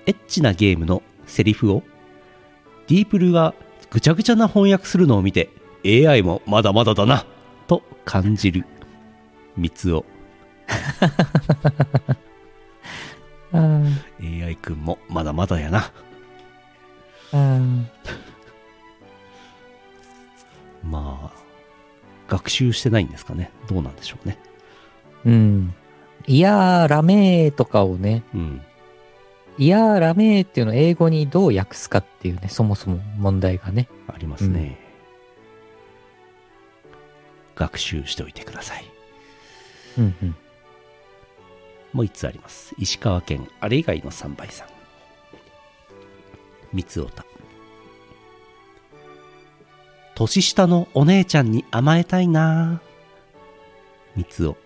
[SPEAKER 2] エッチなゲームのセリフをディープルがぐちゃぐちゃな翻訳するのを見て AI もまだまだだなと感じる三つを
[SPEAKER 1] うん
[SPEAKER 2] AI くんもまだまだやな
[SPEAKER 1] うん。
[SPEAKER 2] まあ学習してないんですかねどうなんでしょうね
[SPEAKER 1] うん。いやー、ラメーとかをね、
[SPEAKER 2] うん
[SPEAKER 1] いやー、ラメーっていうのを英語にどう訳すかっていうね、そもそも問題がね。
[SPEAKER 2] ありますね、学習しておいてください
[SPEAKER 1] うんうん。
[SPEAKER 2] もう1つあります。石川県あれ以外の3倍さん。三つおた。年下のお姉ちゃんに甘えたいな三つお。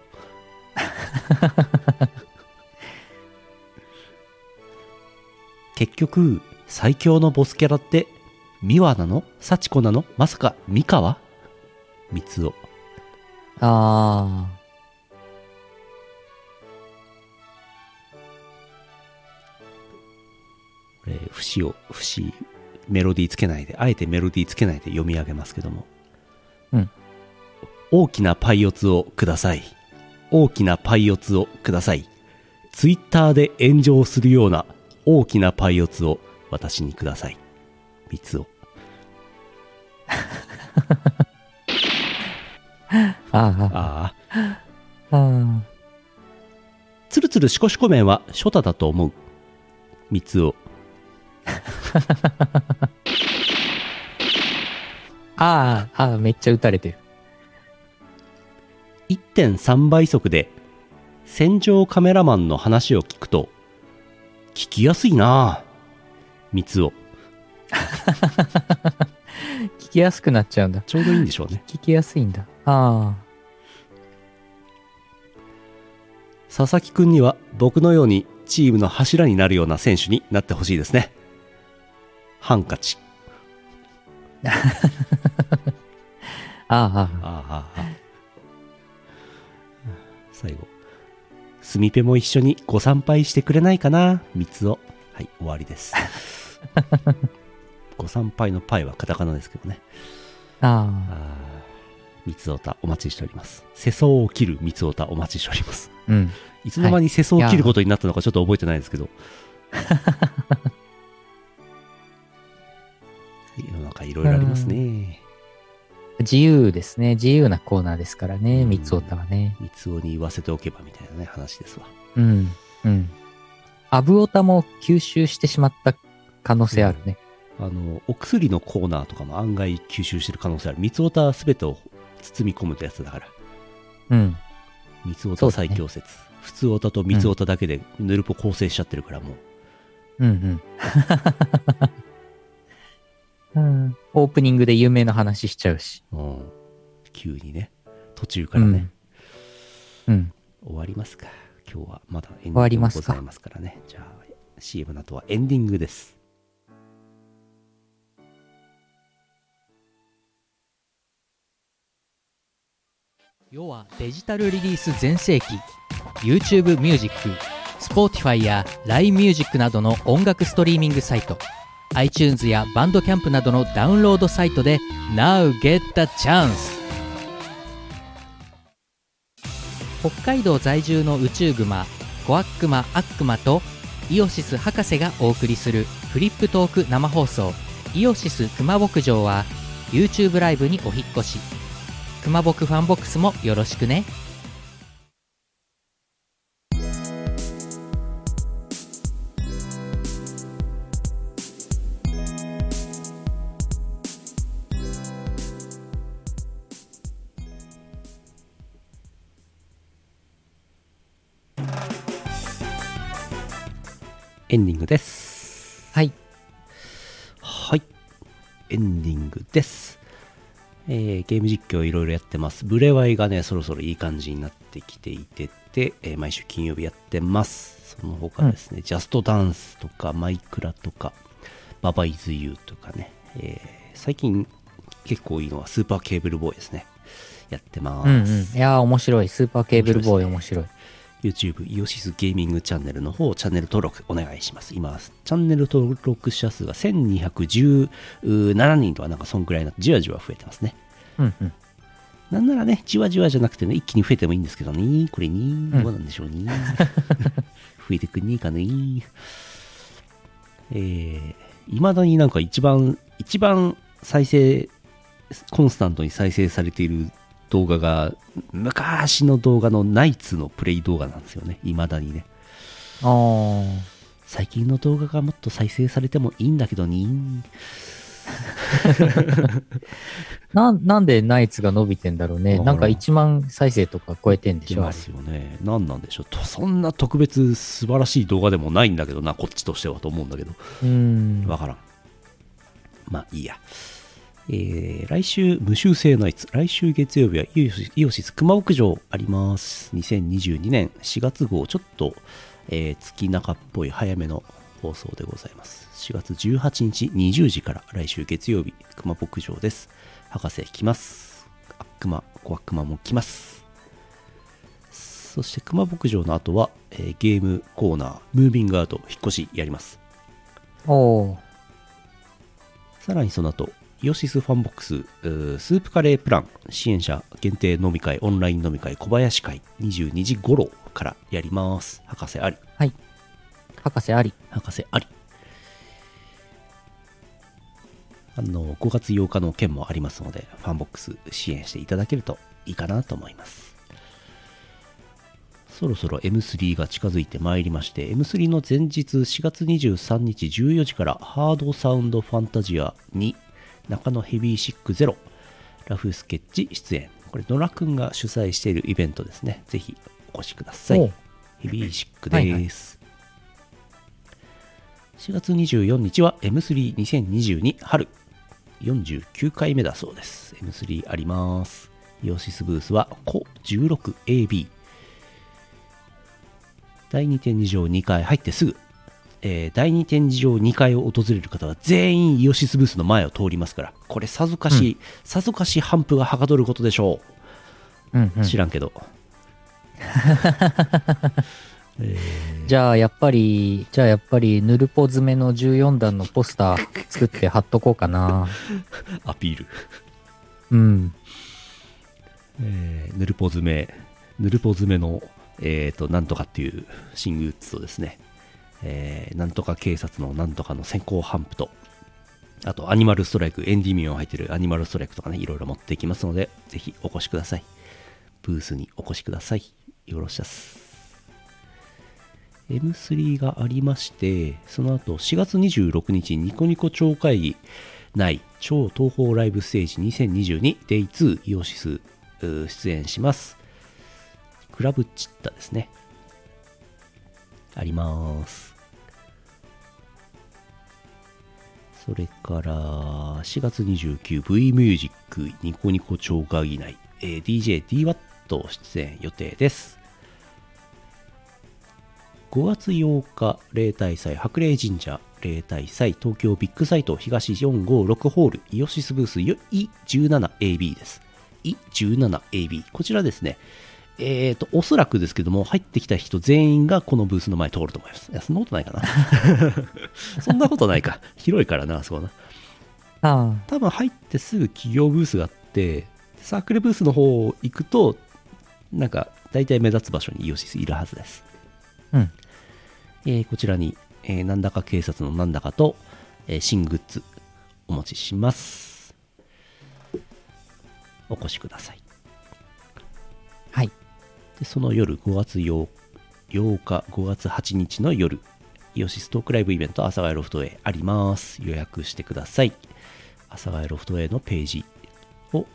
[SPEAKER 2] 結局、最強のボスキャラって、美和なの幸子なのまさか美川三つお。
[SPEAKER 1] あ
[SPEAKER 2] えー節を節メロディーつけないであえてメロディーつけないで読み上げますけども、
[SPEAKER 1] うん
[SPEAKER 2] 大きなパイオツをください大きなパイオツをくださいツイッターで炎上するような大きなパイオツを私にください三つ
[SPEAKER 1] ー。
[SPEAKER 2] を
[SPEAKER 1] あ
[SPEAKER 2] ああ
[SPEAKER 1] あ。うん。
[SPEAKER 2] つるつるしこしこ麺は初太だと思う三つを
[SPEAKER 1] ああ、ああ、めっちゃ打たれてる。
[SPEAKER 2] 1.3倍速で戦場カメラマンの話を聞くと聞きやすいなあ三つを
[SPEAKER 1] 聞きやすくなっちゃうんだ。
[SPEAKER 2] ちょうどいいんでしょうね
[SPEAKER 1] 聞きやすいんだ。あ
[SPEAKER 2] 佐々木くんには僕のようにチームの柱になるような選手になってほしいですねハンカチ
[SPEAKER 1] あ。ああ。
[SPEAKER 2] ああああ最後スミペも一緒にご参拝してくれないかな三つをはい終わりです ご参拝のパイはカタカナですけどね
[SPEAKER 1] ああ。
[SPEAKER 2] あー三つおたお待ちしております世相を切る三つおたお待ちしております
[SPEAKER 1] うん。
[SPEAKER 2] いつの間に世相を切ることになったのかちょっと覚えてないで すけど。世の中いろいろありますね。
[SPEAKER 1] 自由ですね。自由なコーナーですからね、
[SPEAKER 2] うん
[SPEAKER 1] 三つおたはね。
[SPEAKER 2] 三つおに言わせておけばみたいなね、話ですわ。
[SPEAKER 1] うん。うん。アブオタも吸収してしまった可能性あるね。
[SPEAKER 2] あの、お薬のコーナーとかも案外吸収してる可能性ある。三つおたは全てを包み込むってやつだから。
[SPEAKER 1] うん。
[SPEAKER 2] 三つお
[SPEAKER 1] そ
[SPEAKER 2] た
[SPEAKER 1] うだね
[SPEAKER 2] 最強説。普通おたと三つおただけでぬるぽ構成しちゃってるからもう、
[SPEAKER 1] うんうん。うん、オープニングで有名な話しちゃうし。
[SPEAKER 2] うん、急にね途中からね、
[SPEAKER 1] うん。うん。
[SPEAKER 2] 終わりますか今日はまだエンデ
[SPEAKER 1] 終わ
[SPEAKER 2] ィ
[SPEAKER 1] り
[SPEAKER 2] ング
[SPEAKER 1] ま
[SPEAKER 2] ご
[SPEAKER 1] す
[SPEAKER 2] ざ
[SPEAKER 1] か
[SPEAKER 2] いますからねじゃあ CM の後はエンディングです
[SPEAKER 1] 世はデジタルリリース全盛期 YouTube ミュージック Spotify や LINE ミュージックなどの音楽ストリーミングサイト iTunes やバンドキャンプなどのダウンロードサイトで Now get the chance 北海道在住の宇宙グマコアックマアックマとイオシス博士がお送りするフリップトーク生放送「イオシス熊牧場」は YouTube ライブにお引っ越し熊僕ファンボックスもよろしくね
[SPEAKER 2] エンディングです
[SPEAKER 1] はい
[SPEAKER 2] はいエンディングですえーゲーム実況いろいろやってますブレワイがねそろそろいい感じになってきていてて、えー毎週金曜日やってますその他ですね、ジャストダンスとかマイクラとかババイズユーとかね、えー最近結構いいのはスーパーケーブルボーイですねやってます、
[SPEAKER 1] うんうんいやー面白いスーパーケーブルボーイ面白い
[SPEAKER 2] YouTube イオシスゲーミングチャンネルの方チャンネル登録お願いします今チャンネル登録者数が1217人とかなんかそんくらいになってじわじわ増えてますね
[SPEAKER 1] うんうん
[SPEAKER 2] なんならねじわじわじゃなくてね一気に増えてもいいんですけどねこれにどうなんでしょうね、 増えてくんねえかねえー、いまだになんか一番一番再生コンスタントに再生されている動画が昔の動画のナイツのプレイ動画なんですよねいまだにね
[SPEAKER 1] あー
[SPEAKER 2] 最近の動画がもっと再生されてもいいんだけどに
[SPEAKER 1] なんなんでナイツが伸びてんだろうね
[SPEAKER 2] わから
[SPEAKER 1] なんんか1万再生とか超えてんで
[SPEAKER 2] き
[SPEAKER 1] しょあ
[SPEAKER 2] ま
[SPEAKER 1] れ
[SPEAKER 2] すよね何なんでしょうとそんな特別素晴らしい動画でもないんだけどなこっちとしてはと思うんだけど
[SPEAKER 1] うーん
[SPEAKER 2] わからんまあいいやえー来週無修正ナイツ来週月曜日はイオシスイオシス熊牧場あります2022年4月号ちょっと、えー月中っぽい早めの放送でございます4月18日20時から来週月曜日熊牧場です博士来ます悪魔小悪魔も来ますそして熊牧場の後は、えーゲームコーナームービングアウト引っ越しやります
[SPEAKER 1] おー
[SPEAKER 2] さらにその後、イオシスファンボックス、うースープカレープラン、支援者限定飲み会、オンライン飲み会、小林会、22時頃からやります。博士あり。
[SPEAKER 1] はい博士あり
[SPEAKER 2] 博士あり。あの、5月8日の件もありますので、ファンボックス支援していただけるといいかなと思います。そろそろ M3 が近づいてまいりまして、M3 の前日4月23日14時からハードサウンドファンタジア2中野ヘビー60ラフスケッチ出演。これ、野良くんが主催しているイベントですね。ぜひお越しくださ
[SPEAKER 1] お
[SPEAKER 2] い。
[SPEAKER 1] う
[SPEAKER 2] ヘビーシック
[SPEAKER 1] はいはい
[SPEAKER 2] です。4月24日は M32022 春49回目だそうです。M3 あります。イオシスブースはコ 16AB。第2展示場2階入ってすぐ、えー第2展示場2階を訪れる方は全員イオシスブースの前を通りますから、これさぞかし、さぞかし反復がはかどることでしょう。
[SPEAKER 1] うん、うん、
[SPEAKER 2] 知らんけど。え
[SPEAKER 1] じゃあやっぱりじゃあやっぱりヌルポ詰めの14段のポスター作って貼っとこうかな
[SPEAKER 2] ーアピール。
[SPEAKER 1] うん
[SPEAKER 2] えー、ヌルポ詰め、ヌルポ詰めの、えー、と、なんとかっていう新グッズとですね、えーなんとか警察のなんとかの先行ハンプと、あと、アニマルストライク、エンディミオン入ってるアニマルストライクとかね、いろいろ持ってきますので、ぜひお越しください。ブースにお越しください。よろしくです。M3 がありまして、その後4月26日ニコニコ超会議内超東方ライブステージ 2022Day2 イオシスうー出演します。クラブチッタですね。あります。それから4月 29V ミュージックニコニコ超会議内、えー DJDWAT 出演予定です5月8日例大祭白麗神社例大祭東京ビッグサイト東456ホールイオシスブースよ E17AB です E17AB こちらですねえー、とおそらくですけども入ってきた人全員がこのブースの前通ると思いますいやそんなことないかなそんなことないか広いからなあそこはな
[SPEAKER 1] あ
[SPEAKER 2] 多分入ってすぐ企業ブースがあってサークルブースの方行くとなんか大体目立つ場所にイオシスいるはずです、
[SPEAKER 1] あ。うん。
[SPEAKER 2] えーこちらに、えーなんだか警察のなんだかと、えー新グッズお持ちしますお越しください
[SPEAKER 1] はい。
[SPEAKER 2] でその夜5月 8, 8日5月8日の夜イオシストークライブイベント阿佐ヶ谷ロフト A あります予約してください阿佐ヶ谷ロフト A のページを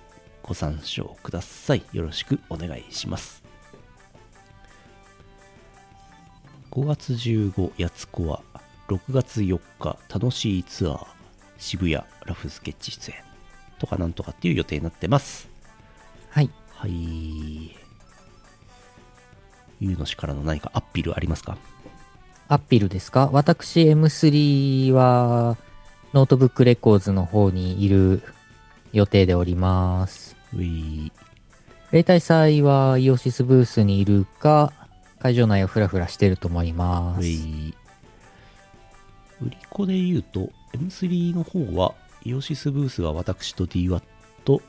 [SPEAKER 2] ご参照くださいよろしくお願いします5月15やつこは6月4日楽しいツアー渋谷ラフスケッチ出演とかなんとかっていう予定になってます
[SPEAKER 1] はい。
[SPEAKER 2] はい。ゆうの氏からの何かアッピールありますか
[SPEAKER 1] アッピルですか私 M3 はノートブックレコーズの方にいる予定でおります。
[SPEAKER 2] うい
[SPEAKER 1] 例大祭はイオシスブースにいるか、会場内をフラフラしてると思いま
[SPEAKER 2] う
[SPEAKER 1] す。
[SPEAKER 2] い売り子で言うと、M3 の方は、イオシスブースが私と DWAT、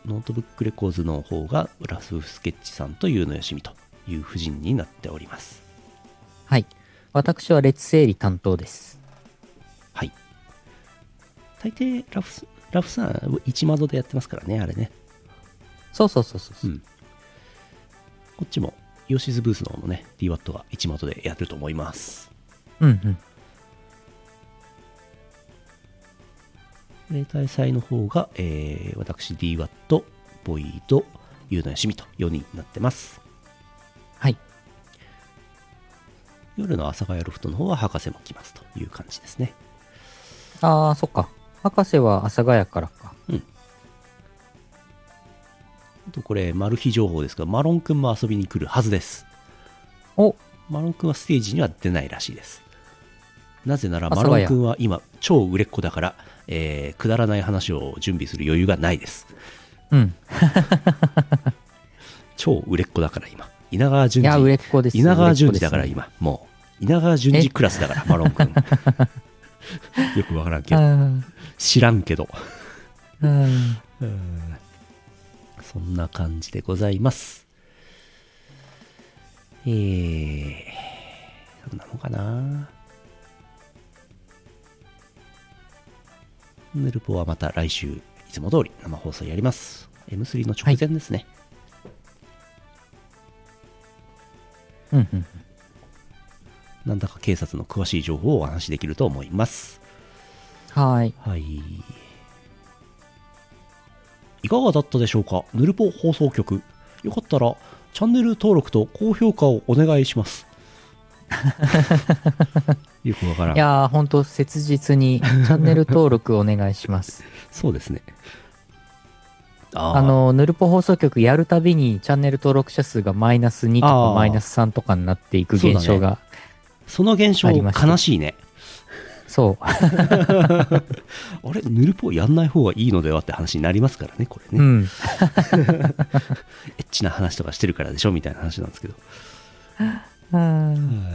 [SPEAKER 2] ノートブックレコーズの方が、ラスフスケッチさんとゆうのよしみという布陣になっております。
[SPEAKER 1] はい。私は列整理担当です。
[SPEAKER 2] はい。大抵、ラフス、ラフさん、一窓でやってますからね、あれね。
[SPEAKER 1] そうそうそうそうう。
[SPEAKER 2] ん。こっちも、イオシスブースの方もね、DWAT が一窓でやってると思います。
[SPEAKER 1] うんうん。
[SPEAKER 2] 例大祭の方が、えー、私 DWAT、ボイド、ユーナやシミと4人になってます。
[SPEAKER 1] はい。
[SPEAKER 2] 夜の阿佐ヶ谷ロフトの方は博士も来ますという感じですね。
[SPEAKER 1] あー、そっか。博士は阿佐ヶ谷からか。
[SPEAKER 2] あとこれ、マル秘情報ですが、マロンくんも遊びに来るはずです。
[SPEAKER 1] お、
[SPEAKER 2] マロンくんはステージには出ないらしいです。なぜなら、
[SPEAKER 1] 阿
[SPEAKER 2] マ
[SPEAKER 1] 佐ヶ
[SPEAKER 2] ロ
[SPEAKER 1] 谷
[SPEAKER 2] ンくんは今、超売れっ子だから、えー、くだらない話を準備する余裕がないです。
[SPEAKER 1] うん。
[SPEAKER 2] 超売れっ子だから今。稲川
[SPEAKER 1] い
[SPEAKER 2] 淳
[SPEAKER 1] や、売
[SPEAKER 2] 二
[SPEAKER 1] れっ子です。
[SPEAKER 2] 稲川淳二だ
[SPEAKER 1] 売
[SPEAKER 2] か
[SPEAKER 1] れ
[SPEAKER 2] ら
[SPEAKER 1] っ子ですね
[SPEAKER 2] 今もう稲川淳二クラスだからマロン君 よくわからんけど知らんけど
[SPEAKER 1] うん。うん。
[SPEAKER 2] そんな感じでございますえー、そんなのかなヌルポはまた来週いつも通り生放送やります M3 の直前ですね、
[SPEAKER 1] うんうん。
[SPEAKER 2] なんだか警察の詳しい情報をお話しできると思います
[SPEAKER 1] はーい。
[SPEAKER 2] はい。いかがだったでしょうかぬるぽ放送局。よかったら、チャンネル登録と高評価をお願いします。 よくわから
[SPEAKER 1] い
[SPEAKER 2] ん。
[SPEAKER 1] やー、ほんと切実 にチャンネル登録お願いします。
[SPEAKER 2] そうですね。あー
[SPEAKER 1] あ、の、ヌルポ放送局やるたびにチャンネル登録者数がマイナス2と
[SPEAKER 2] あー
[SPEAKER 1] かマイナス3とかになっていく現
[SPEAKER 2] そう
[SPEAKER 1] 象
[SPEAKER 2] だ
[SPEAKER 1] が。
[SPEAKER 2] その現象、
[SPEAKER 1] ありました
[SPEAKER 2] 悲しいね。
[SPEAKER 1] そう,、
[SPEAKER 2] あれ、ぬるぽやんない方がいいのではって話になりますからね、これ
[SPEAKER 1] う
[SPEAKER 2] ね。
[SPEAKER 1] ん。
[SPEAKER 2] エッチな話とかしてるからでしょみたいな話なんですけど。
[SPEAKER 1] うん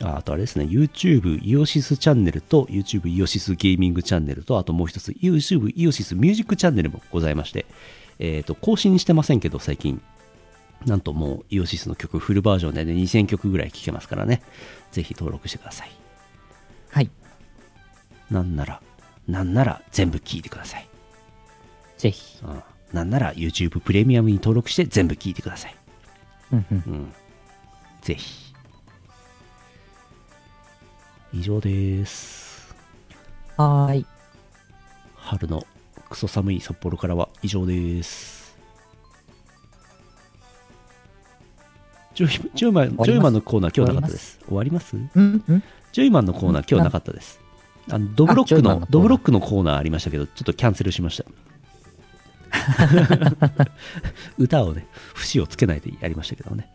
[SPEAKER 2] ああとあれですね、YouTube イオシスチャンネルと YouTube イオシスゲーミングチャンネルと、あともう一つ YouTube イオシスミュージックチャンネルもございまして、えっ、と、更新してませんけど、最近。なんともうイオシスの曲フルバージョンで、ね、2000曲ぐらい聴けますからね、ぜひ登録してください。
[SPEAKER 1] はい。
[SPEAKER 2] なんなら、なんなら全部聴いてください。
[SPEAKER 1] ぜひ。
[SPEAKER 2] うんなんなら YouTube プレミアムに登録して全部聴いてください。
[SPEAKER 1] うんうん
[SPEAKER 2] うん。ぜひ。以上です。
[SPEAKER 1] はーい。
[SPEAKER 2] 春のクソ寒い札幌からは以上です。ジョイジョイマン
[SPEAKER 1] 終わります
[SPEAKER 2] ジョイマンのコーナー今日なかったです。終わります
[SPEAKER 1] うんうん
[SPEAKER 2] ジョイマンのコーナー今日なかったです。あのドブロック
[SPEAKER 1] あジョイマンのコー
[SPEAKER 2] の
[SPEAKER 1] ナー
[SPEAKER 2] ドブロックのコーナーありましたけどちょっとキャンセルしました歌をね節をつけないでやりましたけどね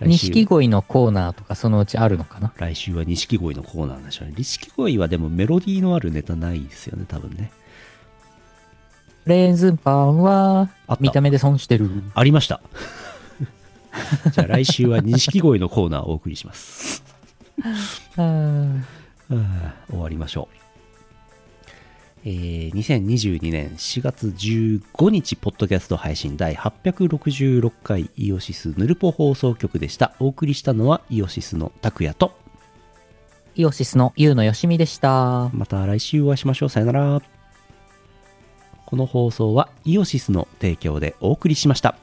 [SPEAKER 2] 来週
[SPEAKER 1] 錦鯉のコーナーとかそのうちあるのかな
[SPEAKER 2] 来週は錦鯉のコーナーでしょうね錦鯉はでもメロディーのあるネタないですよね多分ね
[SPEAKER 1] レーズンパンは
[SPEAKER 2] あった
[SPEAKER 1] 見た目で損してる。
[SPEAKER 2] ありました じゃあ来週は錦鯉のコーナーをお送りします
[SPEAKER 1] うん
[SPEAKER 2] はあ終わりましょう、えー2022年4月15日ポッドキャスト配信第866回イオシスヌルポ放送局でしたお送りしたのはイオシスの拓也と
[SPEAKER 1] イオシスのゆうのよしみでした。
[SPEAKER 2] また来週お会いしましょうさよならこの放送はイオシスの提供でお送りしました